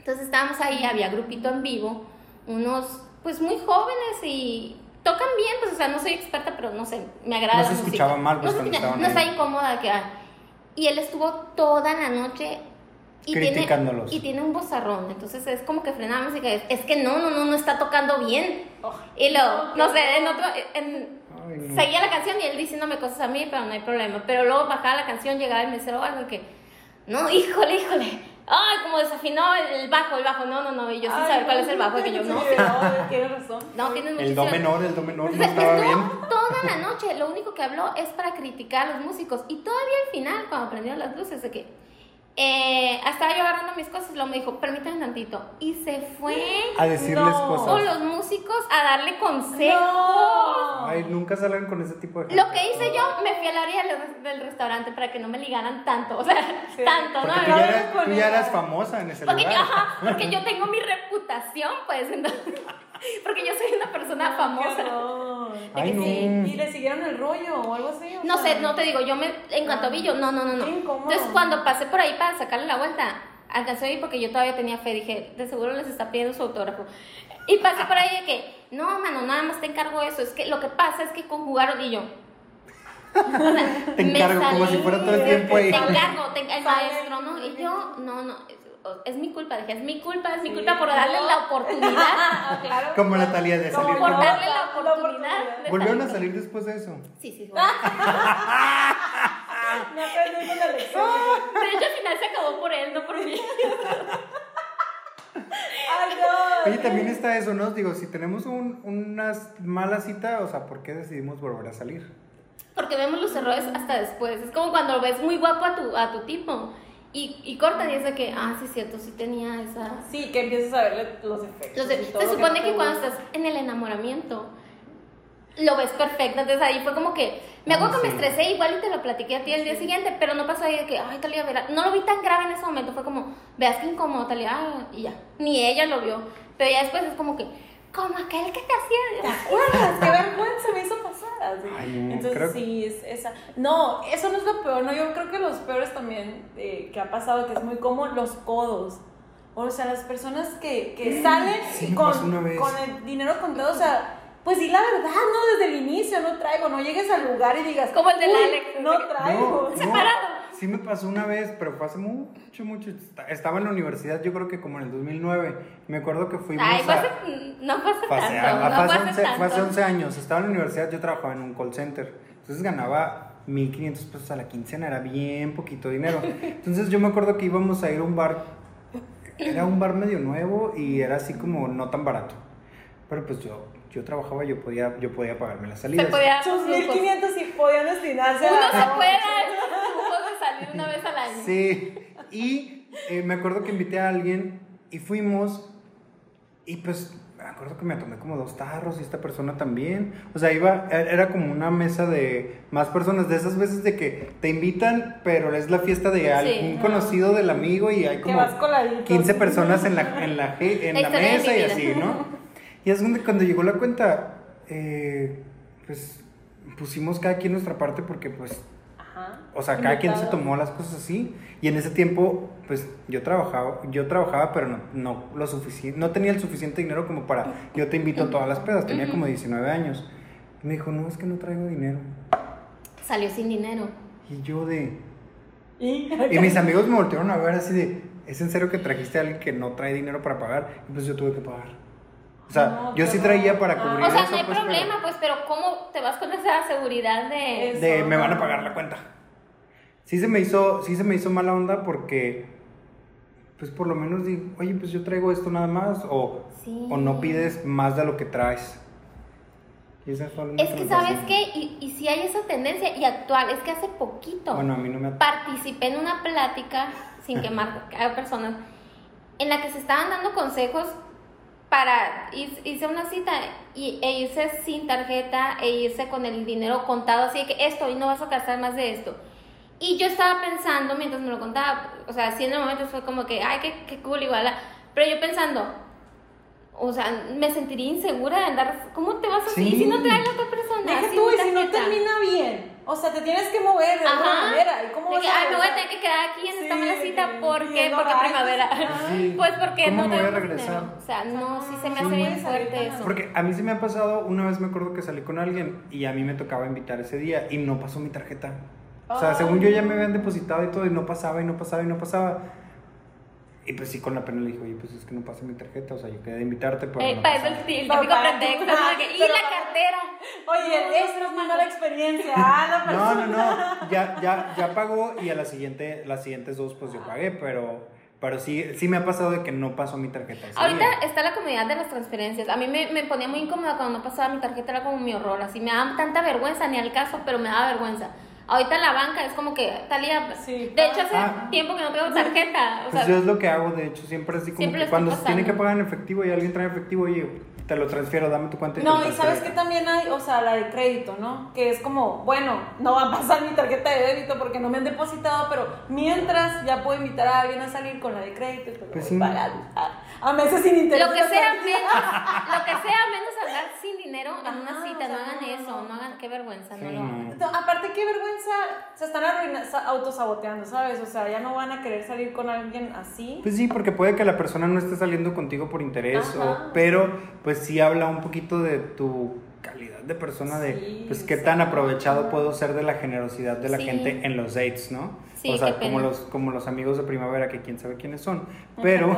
Speaker 2: Entonces estábamos ahí, había grupito en vivo, unos pues muy jóvenes y tocan bien, pues o sea, no soy experta, pero no sé, me
Speaker 1: No
Speaker 2: agrada. la
Speaker 1: se
Speaker 2: música.
Speaker 1: escuchaba mal, pues,
Speaker 2: no, se
Speaker 1: cuando
Speaker 2: escuchaba-
Speaker 1: estaban
Speaker 2: no está
Speaker 1: ahí.
Speaker 2: incómoda que... ah, Y él estuvo toda la noche... Y
Speaker 1: Criticándolos.
Speaker 2: Tiene, y tiene un bozarrón, entonces es como que frenamos y que es que no, no, no, no está tocando bien. Y luego, no sé, en otro, en-
Speaker 1: Ay, no.
Speaker 2: seguía la canción y él diciéndome cosas a mí, pero no hay problema. Pero luego bajaba la canción, llegaba el mesero o algo que, no, híjole, híjole. Ay, como desafinó el el bajo, el bajo, no, no, no. Y yo sin
Speaker 3: Ay,
Speaker 2: saber cuál
Speaker 3: no,
Speaker 2: es el bajo, que yo
Speaker 3: sí,
Speaker 2: no.
Speaker 3: no, Tienes razón.
Speaker 2: No, tienes
Speaker 1: El do
Speaker 2: muchísima-
Speaker 1: menor, el do menor no
Speaker 2: entonces,
Speaker 1: estaba
Speaker 2: estuvo
Speaker 1: bien.
Speaker 2: toda la noche, lo único que habló es para criticar a los músicos. Y todavía al final, cuando prendieron las luces, de que eh, estaba yo agarrando mis cosas, lo me dijo, permítame tantito. Y se fue
Speaker 1: A decirles
Speaker 3: No.
Speaker 2: con
Speaker 1: cosas.
Speaker 2: los músicos a darle consejos.
Speaker 3: No.
Speaker 1: Ay, nunca salgan con ese tipo de gente.
Speaker 2: Lo que hice yo, me fui al área del- del restaurante para que no me ligaran tanto, o sea,
Speaker 3: Sí.
Speaker 2: tanto,
Speaker 1: Porque tú ya,
Speaker 2: ¿no?
Speaker 3: no, no,
Speaker 1: eras,
Speaker 3: con
Speaker 1: tú ya
Speaker 3: ella.
Speaker 1: eras famosa en ese
Speaker 2: Porque, yo-
Speaker 1: lugar.
Speaker 2: ajá, porque yo tengo mi reputación, pues, entonces, porque yo soy una persona
Speaker 3: Qué
Speaker 2: famosa.
Speaker 3: horror.
Speaker 1: Ay,
Speaker 3: Y que sí,
Speaker 1: no.
Speaker 3: Y le siguieron el rollo o algo así. o
Speaker 2: No
Speaker 3: sea,
Speaker 2: sé, no te digo, yo me en cuanto vi yo, no, no, no, no.
Speaker 3: Qué incómodo.
Speaker 2: Entonces cuando pasé por ahí para sacarle la vuelta, alcancé a ir porque yo todavía tenía fe, dije, de seguro les está pidiendo su autógrafo. Y pasé por ahí de que, no, mano, nada más te encargo eso, es que lo que pasa es que conjugaron y yo. O sea,
Speaker 1: Te
Speaker 2: me
Speaker 1: encargo, como
Speaker 2: salí,
Speaker 1: si fuera todo el
Speaker 3: de-
Speaker 1: tiempo
Speaker 2: Te
Speaker 1: ahí.
Speaker 2: encargo, te- el
Speaker 3: Sale.
Speaker 2: maestro, ¿no? Y yo, no, no, es- es mi culpa, dije, es mi culpa, es mi
Speaker 3: Sí,
Speaker 2: culpa por
Speaker 3: no.
Speaker 2: darle la oportunidad.
Speaker 3: claro.
Speaker 1: Como la Talía de
Speaker 3: Como
Speaker 1: salir.
Speaker 2: por
Speaker 3: no,
Speaker 1: con-
Speaker 2: Ah, darle la oportunidad. de
Speaker 1: ¿Volvieron a
Speaker 2: salir.
Speaker 1: salir después de eso?
Speaker 2: Sí, sí, bueno.
Speaker 3: Me aprendí una lección.
Speaker 2: De hecho, al final se acabó por él, no por mí.
Speaker 3: Ay, no.
Speaker 1: Oye, también está eso, ¿no? Digo, si tenemos un, una mala cita, o sea, ¿por qué decidimos volver a salir?
Speaker 2: Porque vemos los errores hasta después. Es como cuando ves muy guapo a tu, a tu tipo y, y cortan y es de que, ah, sí, es cierto, sí tenía esa.
Speaker 3: Sí, que empiezas a verle los efectos.
Speaker 2: Entonces,
Speaker 3: y Pues todo
Speaker 2: se
Speaker 3: lo
Speaker 2: supone
Speaker 3: no
Speaker 2: que
Speaker 3: te
Speaker 2: cuando
Speaker 3: gusta.
Speaker 2: estás en el enamoramiento lo ves perfecto. Entonces ahí fue como que, me acuerdo que
Speaker 1: Ah, Sí.
Speaker 2: me estresé igual y te lo platiqué a ti el día siguiente, pero no pasó ahí de que, ay, Talia, verá. No lo vi tan grave en ese momento. Fue como, veas que incómodo, Talia, ah, y ya. Ni ella lo vio. Pero ya después es como que, como aquel que te hacía.
Speaker 3: ¿Te acuerdas? ¡Qué vergüenza me hizo pasar! así.
Speaker 1: Ay, no,
Speaker 3: Entonces,
Speaker 1: creo-
Speaker 3: sí, es esa. No, eso no es lo peor, ¿no? Yo creo que los peores también eh, que ha pasado, que es muy común, los codos. O sea, las personas que, que salen
Speaker 1: Sí,
Speaker 3: y
Speaker 1: me
Speaker 3: con,
Speaker 1: pasó una vez.
Speaker 3: con el dinero contado, o sea, pues di la verdad, ¿no? Desde el inicio no traigo, no llegues al lugar y digas...
Speaker 2: Como el del
Speaker 3: "Uy,
Speaker 2: Alex".
Speaker 3: No traigo.
Speaker 2: Separado.
Speaker 1: Sí me pasó una vez, pero fue hace mucho, mucho. Esta- Estaba en la universidad, yo creo que como en el 2009. Me acuerdo que fuimos
Speaker 2: Ay,
Speaker 1: a...
Speaker 2: fue hace- mm, no pasa
Speaker 1: Fue hace-
Speaker 2: tanto.
Speaker 1: ah,
Speaker 2: no
Speaker 1: fue
Speaker 2: pasa
Speaker 1: hace 11,
Speaker 2: tanto.
Speaker 1: fue hace 11 años. Estaba en la universidad, yo trabajaba en un call center. Entonces ganaba 1500 pesos a la quincena, era bien poquito dinero. Entonces yo me acuerdo que íbamos a ir a un bar. Era un bar medio nuevo y era así como no tan barato. Pero pues yo yo trabajaba, yo podía yo podía pagarme las
Speaker 2: se
Speaker 1: salidas.
Speaker 2: podía dar
Speaker 3: Sus
Speaker 2: sus lujos.
Speaker 3: 1500 y podían destinarse
Speaker 2: pues. Uno
Speaker 3: a...
Speaker 2: se puede dar sus lujos de salir una vez al año.
Speaker 1: Sí. Y eh, me acuerdo que invité a alguien y fuimos. Y pues me acuerdo que me tomé como dos tarros y esta persona también. O sea, iba, er- era como una mesa de más personas. De esas veces de que te invitan, pero es la fiesta de algún
Speaker 2: ah.
Speaker 1: conocido del amigo y hay
Speaker 3: Que
Speaker 1: como
Speaker 3: vas coladito.
Speaker 1: 15 personas en la, en la, je- en la
Speaker 2: La historia de
Speaker 1: mesa
Speaker 2: mi
Speaker 1: y
Speaker 2: vida.
Speaker 1: así, ¿no? Y es donde cuando llegó la cuenta, eh, pues pusimos cada quien nuestra parte porque pues
Speaker 3: Ajá.
Speaker 1: o sea, cada quien se
Speaker 3: Invitado.
Speaker 1: tomó las cosas así. Y en ese tiempo, pues yo trabajaba, yo trabajaba, pero no, no lo suficiente, no tenía el suficiente dinero como para yo te invito a todas las pedas. Tenía como 19 años. Me dijo, no, es que no traigo dinero.
Speaker 2: Salió sin dinero.
Speaker 1: Y yo de.
Speaker 3: Y,
Speaker 1: Y mis amigos me voltearon a ver así de, ¿es en serio que trajiste a alguien que no trae dinero para pagar? Y pues yo tuve que pagar. O sea,
Speaker 3: No,
Speaker 1: yo
Speaker 3: qué
Speaker 1: sí traía
Speaker 3: horror.
Speaker 1: para
Speaker 3: Ah.
Speaker 1: cubrir
Speaker 2: O sea,
Speaker 1: eso,
Speaker 2: no hay
Speaker 1: pues, pero-
Speaker 2: problema, pues, pero ¿cómo te vas con esa seguridad de...?
Speaker 3: Es-
Speaker 1: de me van a pagar la cuenta. Sí se me hizo, sí se me hizo mala onda porque pues por lo menos digo, oye, pues yo traigo esto nada más o,
Speaker 2: Sí.
Speaker 1: o no pides más de lo que traes. Y esa fue la única
Speaker 2: Es que,
Speaker 1: me
Speaker 2: ¿sabes
Speaker 1: pasó.
Speaker 2: qué? Y, y si hay esa tendencia, y actual, es que hace poquito
Speaker 1: Bueno, a mí no me
Speaker 2: participé en una plática, sin quemar a personas, en la que se estaban dando consejos para ir- irse a una cita y, e irse sin tarjeta e irse con el dinero contado, así de que esto, y no vas a gastar más de esto. Y yo estaba pensando mientras me lo contaba, o sea, sí en el momento fue como que, ay, qué, qué cool, igual, pero yo pensando, o sea, me sentiría insegura de andar, ¿cómo te vas a
Speaker 1: Sí.
Speaker 2: ¿Y si no trae la otra persona?
Speaker 3: Deja
Speaker 2: sin
Speaker 3: tú, y si no
Speaker 2: tarjeta?
Speaker 3: termina bien. O sea, te tienes que mover de alguna
Speaker 2: Ajá.
Speaker 3: manera. ¿Y cómo
Speaker 2: De
Speaker 3: vas
Speaker 2: que,
Speaker 3: a
Speaker 2: ay, me voy a
Speaker 3: regresar?
Speaker 2: tener que quedar aquí en esta
Speaker 3: Sí,
Speaker 2: mala
Speaker 3: de
Speaker 2: cita,
Speaker 3: que
Speaker 2: ¿por qué?
Speaker 3: pidiendo
Speaker 2: Porque
Speaker 3: ride.
Speaker 2: primavera.
Speaker 1: Sí.
Speaker 2: Pues porque
Speaker 1: ¿Cómo me
Speaker 2: no
Speaker 1: voy a
Speaker 2: tenemos
Speaker 1: regresar?
Speaker 2: dinero. O sea, no, sí se me
Speaker 3: Ah, Sí.
Speaker 2: hace bien
Speaker 3: Sí.
Speaker 2: fuerte eso.
Speaker 1: Porque a mí se me ha pasado, una vez me acuerdo que salí con alguien y a mí me tocaba invitar ese día y no pasó mi tarjeta. O sea,
Speaker 3: Ay.
Speaker 1: según yo ya me habían depositado y todo y no pasaba y no pasaba y no pasaba. Y pues sí, con la pena le dije, oye, pues es que no pasa mi tarjeta, o sea, yo quería invitarte, pero...
Speaker 2: Eh,
Speaker 1: no
Speaker 2: para
Speaker 1: pasaba".
Speaker 2: eso el, el
Speaker 3: Pero
Speaker 2: típico
Speaker 3: para-
Speaker 2: pretexto, ¿no? Que, y
Speaker 3: Pero
Speaker 2: la
Speaker 3: para-
Speaker 2: cartera.
Speaker 3: Oye, esta es una mala experiencia. Ah, la
Speaker 1: No,
Speaker 3: persona.
Speaker 1: no, no. Ya, ya, ya pagó y a la siguiente, las siguientes dos, pues yo pagué, pero, pero sí, sí me ha pasado de que no pasó mi tarjeta. ese
Speaker 2: Ahorita
Speaker 1: día.
Speaker 2: está la comodidad de las transferencias. A mí me, me ponía muy incómoda cuando no pasaba mi tarjeta, era como mi horror. Así me daba tanta vergüenza, ni al caso, pero me daba vergüenza. Ahorita la banca es como que, Talía,
Speaker 3: Sí.
Speaker 2: de hecho hace
Speaker 1: Ah.
Speaker 2: tiempo que no tengo tarjeta. O sea,
Speaker 1: Pues yo es lo que hago, de hecho, siempre así como
Speaker 2: Siempre lo
Speaker 1: que cuando
Speaker 2: estoy
Speaker 1: se tiene que
Speaker 2: pasando.
Speaker 1: pagar en efectivo y alguien trae efectivo, oye, te lo transfiero, dame tu cuenta.
Speaker 3: No,
Speaker 1: te lo
Speaker 3: y sabes que
Speaker 1: transfiero.
Speaker 3: también hay, o sea, la de crédito, ¿no? Que es como, bueno, no va a pasar mi tarjeta de débito porque no me han depositado, pero mientras ya puedo invitar a alguien a salir con la de crédito y te lo
Speaker 1: Pues
Speaker 3: voy
Speaker 1: sí.
Speaker 3: pagando. A, a meses sin interés.
Speaker 2: Lo que sea menos, lo que sea menos hablar sin dinero en una
Speaker 3: Ajá,
Speaker 2: cita,
Speaker 3: o sea,
Speaker 2: no hagan
Speaker 3: no,
Speaker 2: eso,
Speaker 3: Ah, no.
Speaker 2: no hagan, qué vergüenza, no
Speaker 1: Sí,
Speaker 2: lo hagan.
Speaker 1: no.
Speaker 3: Entonces, aparte, qué vergüenza. pensar, se están arruina- sa- autosaboteando, ¿sabes? O sea, ya no van a querer salir con alguien así.
Speaker 1: Pues sí, porque puede que la persona no esté saliendo contigo por interés,
Speaker 3: Ajá.
Speaker 1: o, pero pues sí habla un poquito de tu calidad de persona, de
Speaker 3: Sí,
Speaker 1: pues qué tan
Speaker 3: exacto.
Speaker 1: aprovechado puedo ser de la generosidad de la
Speaker 2: Sí.
Speaker 1: gente en los dates, ¿no?
Speaker 2: Sí,
Speaker 1: o sea,
Speaker 2: qué
Speaker 1: como
Speaker 2: pena.
Speaker 1: los, como los amigos de primavera que quién sabe quiénes son, pero,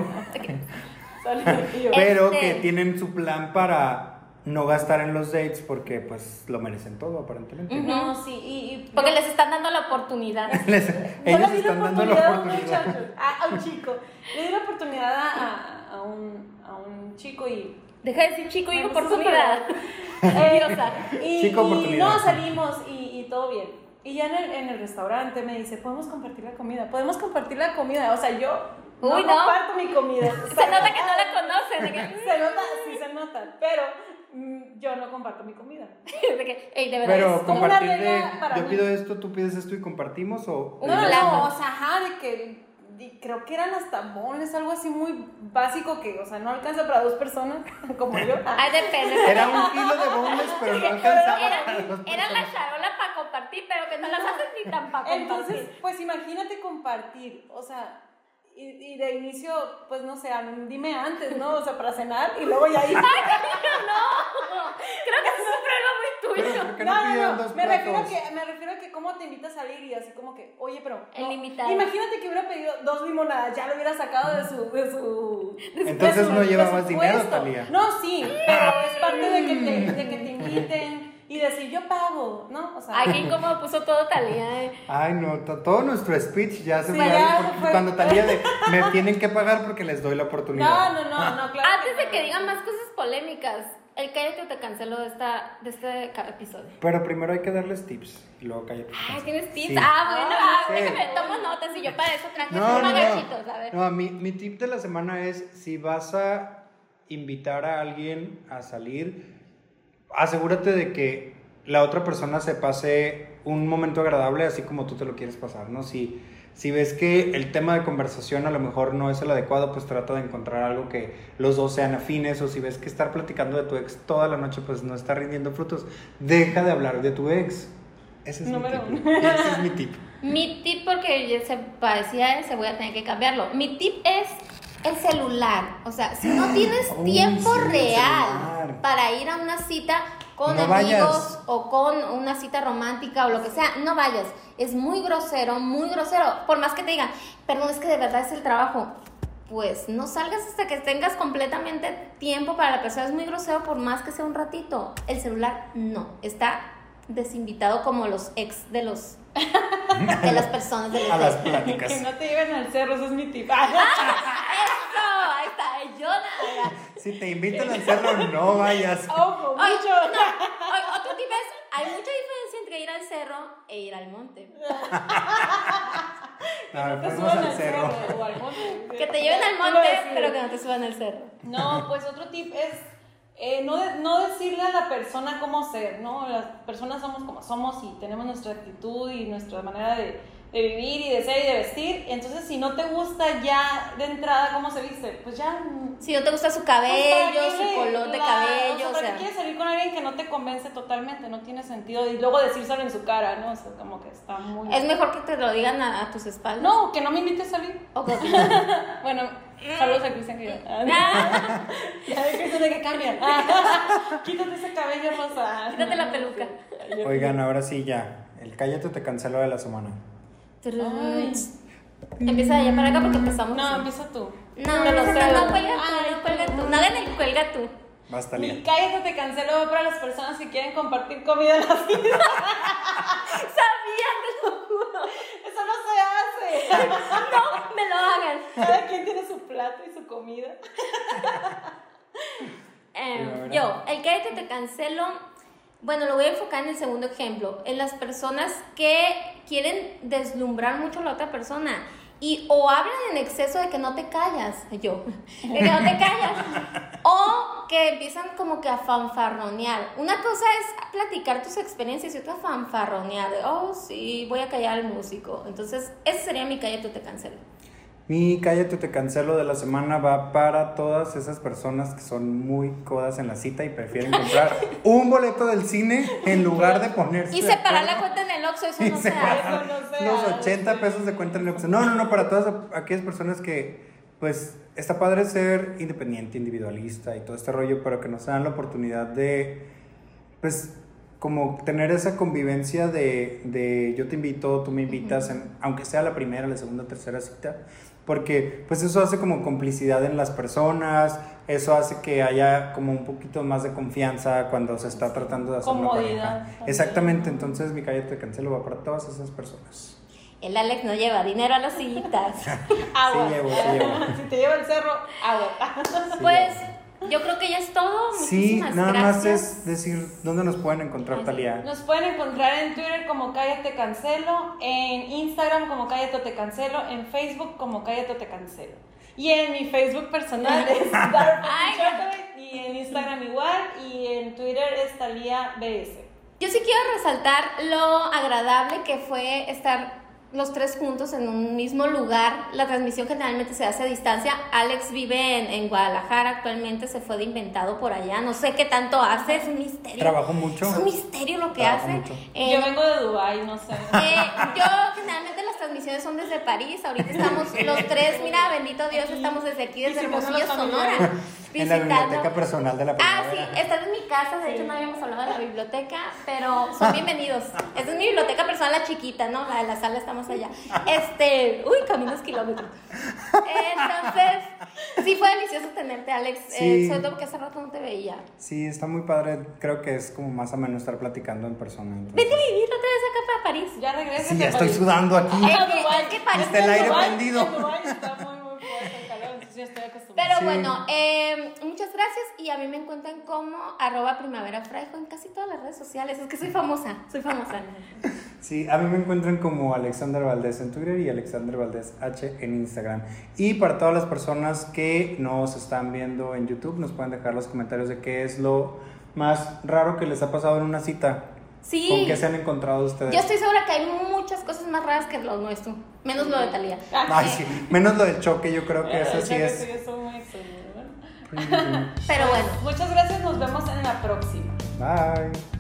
Speaker 3: Sale de tío.
Speaker 1: pero
Speaker 2: Este.
Speaker 1: que tienen su plan para no gastar en los dates porque pues lo merecen todo aparentemente. ¿no?
Speaker 3: No, sí, y... y-
Speaker 2: Porque les están dando la oportunidad.
Speaker 1: Les-
Speaker 3: Yo
Speaker 1: ellos
Speaker 3: le di
Speaker 1: están dando la
Speaker 3: a un
Speaker 1: oportunidad.
Speaker 3: muchacho, a, a un chico. Le di la oportunidad a, a- a un, a un chico y...
Speaker 2: Deja de decir chico y
Speaker 3: Bueno,
Speaker 2: oportunidad.
Speaker 3: Eh,
Speaker 2: Diosa.
Speaker 3: y,
Speaker 1: Chico,
Speaker 3: y
Speaker 1: oportunidad.
Speaker 3: no, salimos y, y todo bien. Y ya en el, en el restaurante me dice, podemos compartir la comida, podemos compartir la comida. O sea, yo
Speaker 2: Uy, no.
Speaker 3: no comparto mi comida. O sea,
Speaker 2: Se nota que no la conocen. de que-
Speaker 3: Se nota, sí se nota, pero mm, yo no comparto mi comida.
Speaker 2: de que, "Ey, de verdad,
Speaker 1: Pero
Speaker 2: es-
Speaker 3: como una
Speaker 1: compartir de,
Speaker 3: regla para
Speaker 1: yo
Speaker 3: mí.
Speaker 1: pido esto, tú pides esto y compartimos o...
Speaker 2: No, la-
Speaker 3: o sea, ajá, de que de- creo que eran hasta boles, algo así muy básico que, o sea, no alcanza para dos personas como yo.
Speaker 2: Ay, depende.
Speaker 1: Era un kilo de bombles, pero no alcanzaba
Speaker 2: Era,
Speaker 1: para dos
Speaker 2: era la
Speaker 1: personas.
Speaker 2: charola para compartir, pero que no las haces ni tan para compartir.
Speaker 3: Entonces, pues imagínate compartir, o sea, y, y de inicio, pues no sé, a mí- dime antes, ¿no? O sea, para cenar y luego ya ir.
Speaker 2: no, creo que eso es un problema muy
Speaker 1: Pero-
Speaker 2: tuyo.
Speaker 1: ¿Por qué no pidieron dos
Speaker 3: me refiero,
Speaker 1: platos?
Speaker 3: que, me refiero a que cómo te invita a salir y así como que, oye, pero...
Speaker 2: El
Speaker 3: no,
Speaker 2: invitado.
Speaker 3: Imagínate que hubiera pedido dos limonadas, ya lo hubiera sacado de su... De su de
Speaker 1: Entonces
Speaker 3: su
Speaker 1: no llevabas
Speaker 3: presupuesto.
Speaker 1: dinero, Talía.
Speaker 3: No, sí, pero es parte de que te, de que te inviten y decir yo pago, ¿no? O sea,
Speaker 2: Ay, qué incómodo puso todo Talía. eh.
Speaker 1: Ay, no, to- todo nuestro speech ya se
Speaker 3: Sí,
Speaker 1: fue. al-
Speaker 3: ya
Speaker 1: porque
Speaker 3: fue.
Speaker 1: Cuando Talía de, me tienen que pagar porque les doy la
Speaker 3: no,
Speaker 1: oportunidad.
Speaker 3: no, no, no, claro.
Speaker 2: Antes de
Speaker 3: no.
Speaker 2: que digan más cosas polémicas, el cállate o te cancelo de, esta, de este ca- episodio.
Speaker 1: Pero primero hay que darles tips y luego cállate.
Speaker 2: Ay, tienes tips.
Speaker 1: Sí.
Speaker 2: Ah, bueno, ah,
Speaker 1: Sí.
Speaker 2: déjame, tomo notas y yo para eso traje
Speaker 1: No,
Speaker 2: unos
Speaker 1: no,
Speaker 2: gachitos, a
Speaker 1: no.
Speaker 2: ver.
Speaker 1: No, mi, mi tip de la semana es si vas a invitar a alguien a salir, asegúrate de que la otra persona se pase un momento agradable así como tú te lo quieres pasar, ¿no? Si, si ves que el tema de conversación a lo mejor no es el adecuado, pues trata de encontrar algo que los dos sean afines o si ves que estar platicando de tu ex toda la noche pues no está rindiendo frutos, deja de hablar de tu ex. Ese es
Speaker 3: Número
Speaker 1: mi tip.
Speaker 3: uno.
Speaker 1: Ese es mi tip.
Speaker 2: Mi tip, porque ya se parecía ese, voy a tener que cambiarlo. Mi tip es el celular. O sea, si no tienes
Speaker 1: Uy,
Speaker 2: tiempo
Speaker 1: sí, el
Speaker 2: real
Speaker 1: celular.
Speaker 2: para ir a una cita con
Speaker 1: No
Speaker 2: amigos
Speaker 1: vayas.
Speaker 2: o con una cita romántica o lo que sea, no vayas. Es muy grosero, muy grosero. Por más que te digan, perdón, es que de verdad es el trabajo. Pues no salgas hasta que tengas completamente tiempo para la persona. Es muy grosero por más que sea un ratito. El celular no. Está desinvitado como los ex de los de las personas de los
Speaker 1: A las
Speaker 2: ex.
Speaker 3: Que
Speaker 1: pláticas.
Speaker 3: no te lleven al cerro, eso es mi tip.
Speaker 2: ¡Eso! Ahí está, yo nada.
Speaker 1: Si te invitan al cerro, no vayas.
Speaker 3: Ojo,
Speaker 2: Ay,
Speaker 3: mucho.
Speaker 2: Ay, otro tip es, hay mucha diferencia entre ir al cerro e ir al monte.
Speaker 1: No,
Speaker 3: Te
Speaker 1: fuimos
Speaker 3: suban
Speaker 1: al cerro.
Speaker 3: o al monte.
Speaker 2: Que te lleven al
Speaker 3: Tú lo
Speaker 2: monte,
Speaker 3: decides.
Speaker 2: pero que no te suban al cerro.
Speaker 3: No, pues otro tip es eh, no, de- no decirle a la persona cómo ser, ¿no? Las personas somos como somos y tenemos nuestra actitud y nuestra manera de, de vivir y de ser y de vestir. Entonces, si no te gusta ya de entrada cómo se viste, pues ya... mm,
Speaker 2: Si no te gusta su
Speaker 3: pues,
Speaker 2: cabello,
Speaker 3: ¿para
Speaker 2: su
Speaker 3: qué
Speaker 2: color de
Speaker 3: la-
Speaker 2: cabello, o
Speaker 3: ¿para qué
Speaker 2: sea.
Speaker 3: quieres salir con alguien que no te convence totalmente? No tiene sentido. Y luego decírselo en su cara, ¿no? O sea, como que está muy...
Speaker 2: Es mejor que te lo digan a, a tus espaldas.
Speaker 3: No, que no me invites a salir.
Speaker 2: O que-
Speaker 3: Bueno, saludos a Cristian que
Speaker 2: Ah,
Speaker 3: Ya ves que eso de que cambian. Quítate ese cabello rosa.
Speaker 2: Quítate la peluca.
Speaker 1: Oigan, ahora sí ya. El cállate te canceló de la semana.
Speaker 3: Ay.
Speaker 2: Empieza de allá para acá porque empezamos.
Speaker 3: No,
Speaker 2: así.
Speaker 3: empieza tú.
Speaker 2: no,
Speaker 3: Me
Speaker 2: no,
Speaker 3: lo Ah,
Speaker 2: no,
Speaker 3: traigo.
Speaker 2: no, cuelga tú,
Speaker 3: Ay,
Speaker 2: no cuelga tú. Nada en el cuelga tú.
Speaker 1: Basta,
Speaker 3: Mi
Speaker 1: Lía.
Speaker 3: cállate te canceló para las personas que quieren compartir comida en la cita.
Speaker 2: Sabía, te lo juro.
Speaker 3: Eso no se hace.
Speaker 2: No, me lo hagan.
Speaker 3: Cada quien tiene su plato y su comida.
Speaker 2: Em,
Speaker 1: Pero, a ver,
Speaker 2: yo, el que te E cancelo, bueno, lo voy a enfocar en el segundo ejemplo, en las personas que quieren deslumbrar mucho a la otra persona y o hablan en exceso de que no te callas, yo, de que no te callas, o que empiezan como que a fanfarronear. Una cosa es platicar tus experiencias y otra fanfarronear, de, oh, sí, voy a callar al músico. Entonces, ese sería mi calle, tú te E cancelo.
Speaker 1: Mi cállate o te cancelo de la semana va para todas esas personas que son muy codas en la cita y prefieren comprar un boleto del cine en lugar de ponerse.
Speaker 2: Y
Speaker 1: de
Speaker 2: separar
Speaker 1: acuerdo
Speaker 2: la cuenta en el Oxxo, eso
Speaker 1: y
Speaker 2: no se
Speaker 1: separar
Speaker 2: hace.
Speaker 3: no se
Speaker 1: los
Speaker 3: hace.
Speaker 1: 80 pesos de cuenta en el Oxxo. No, no, no, para todas aquellas personas que, pues, está padre ser independiente, individualista y todo este rollo, pero que nos dan la oportunidad de, pues, como tener esa convivencia de, de yo te invito, tú me invitas, en- aunque sea la primera, la segunda, tercera cita, porque pues eso hace como complicidad en las personas, eso hace que haya como un poquito más de confianza cuando se está tratando de hacer una
Speaker 3: Comodidad
Speaker 1: pareja.
Speaker 3: también.
Speaker 1: Exactamente, entonces mi calle te cancelo va para todas esas personas.
Speaker 2: El Alex no lleva dinero a las sillitas.
Speaker 3: Agua.
Speaker 1: Sí llevo, sí llevo.
Speaker 3: si te lleva el cerro, agua.
Speaker 1: Sí,
Speaker 2: Pues
Speaker 1: ya.
Speaker 2: yo creo que ya es todo.
Speaker 1: sí,
Speaker 2: Oh, Muchísimas
Speaker 1: nada
Speaker 2: gracias.
Speaker 1: más es decir dónde nos pueden encontrar, Talía.
Speaker 3: Nos pueden encontrar en Twitter como Cállate Cancelo, en Instagram como Cállate o Te Cancelo, en Facebook como Cállate o Te Cancelo. Y en mi Facebook personal es Dark
Speaker 2: Ay,
Speaker 3: Chocolate, y en Instagram igual, y en Twitter es Talía BS.
Speaker 2: Yo sí quiero resaltar lo agradable que fue estar los tres juntos en un mismo lugar. La transmisión generalmente se hace a distancia. Alex vive en, en Guadalajara, actualmente se fue de inventado por allá. No sé qué tanto hace, es un misterio.
Speaker 1: Trabajo mucho.
Speaker 2: Es un misterio lo que
Speaker 1: Trabajo
Speaker 2: hace.
Speaker 1: mucho.
Speaker 2: Eh,
Speaker 3: Yo vengo de Dubai, no sé.
Speaker 2: eh, yo generalmente las transmisiones son desde París, ahorita estamos los tres, mira, bendito Dios, estamos desde aquí, desde
Speaker 3: Visitando a los
Speaker 2: Hermosillo,
Speaker 3: familiares.
Speaker 2: Sonora,
Speaker 1: En la
Speaker 2: visitando.
Speaker 1: biblioteca personal de la
Speaker 2: Ah, sí,
Speaker 1: primavera.
Speaker 2: esta es mi casa, de hecho no habíamos hablado de la biblioteca, pero
Speaker 1: Ah.
Speaker 2: son bienvenidos. Esta es mi biblioteca personal, la chiquita, ¿no? La de la sala está más allá. Este, uy, caminos kilómetros. Entonces, sí fue delicioso tenerte, Alex, eh,
Speaker 1: Sí.
Speaker 2: sobre todo porque hace rato no te veía.
Speaker 1: Sí, está muy padre. Creo que es como más ameno estar platicando en persona. entonces.
Speaker 2: Vete a vivir otra vez acá para París.
Speaker 3: Ya regreso.
Speaker 1: Sí, ya estoy sudando aquí.
Speaker 2: Eh, que- es que París
Speaker 1: Está el
Speaker 2: es
Speaker 1: aire
Speaker 2: Dubái.
Speaker 1: prendido.
Speaker 3: En Dubái está muy, muy fuerte el calor, entonces ya estoy acostumbrada.
Speaker 2: Pero
Speaker 1: Sí.
Speaker 2: bueno, eh, muchas gracias y a mí me encuentran como arroba primavera fraijo en casi todas las redes sociales. Es que soy famosa, soy famosa.
Speaker 1: Sí, a mí me encuentran como Alexander Valdés en Twitter y Alexander Valdés H en Instagram. Y para todas las personas que nos están viendo en YouTube, nos pueden dejar los comentarios de qué es lo más raro que les ha pasado en una cita.
Speaker 2: Sí.
Speaker 1: ¿Con qué se han encontrado ustedes?
Speaker 2: Yo estoy segura que hay muchas cosas más raras que lo nuestro, menos lo de Talía.
Speaker 1: Ay, sí. Menos lo del choque, yo creo que
Speaker 3: Eh,
Speaker 1: eso
Speaker 3: ya
Speaker 1: sí
Speaker 3: que
Speaker 1: es.
Speaker 3: sí, eso es muy seguro.
Speaker 2: Pero bueno.
Speaker 3: Muchas gracias, nos vemos en la próxima.
Speaker 1: Bye.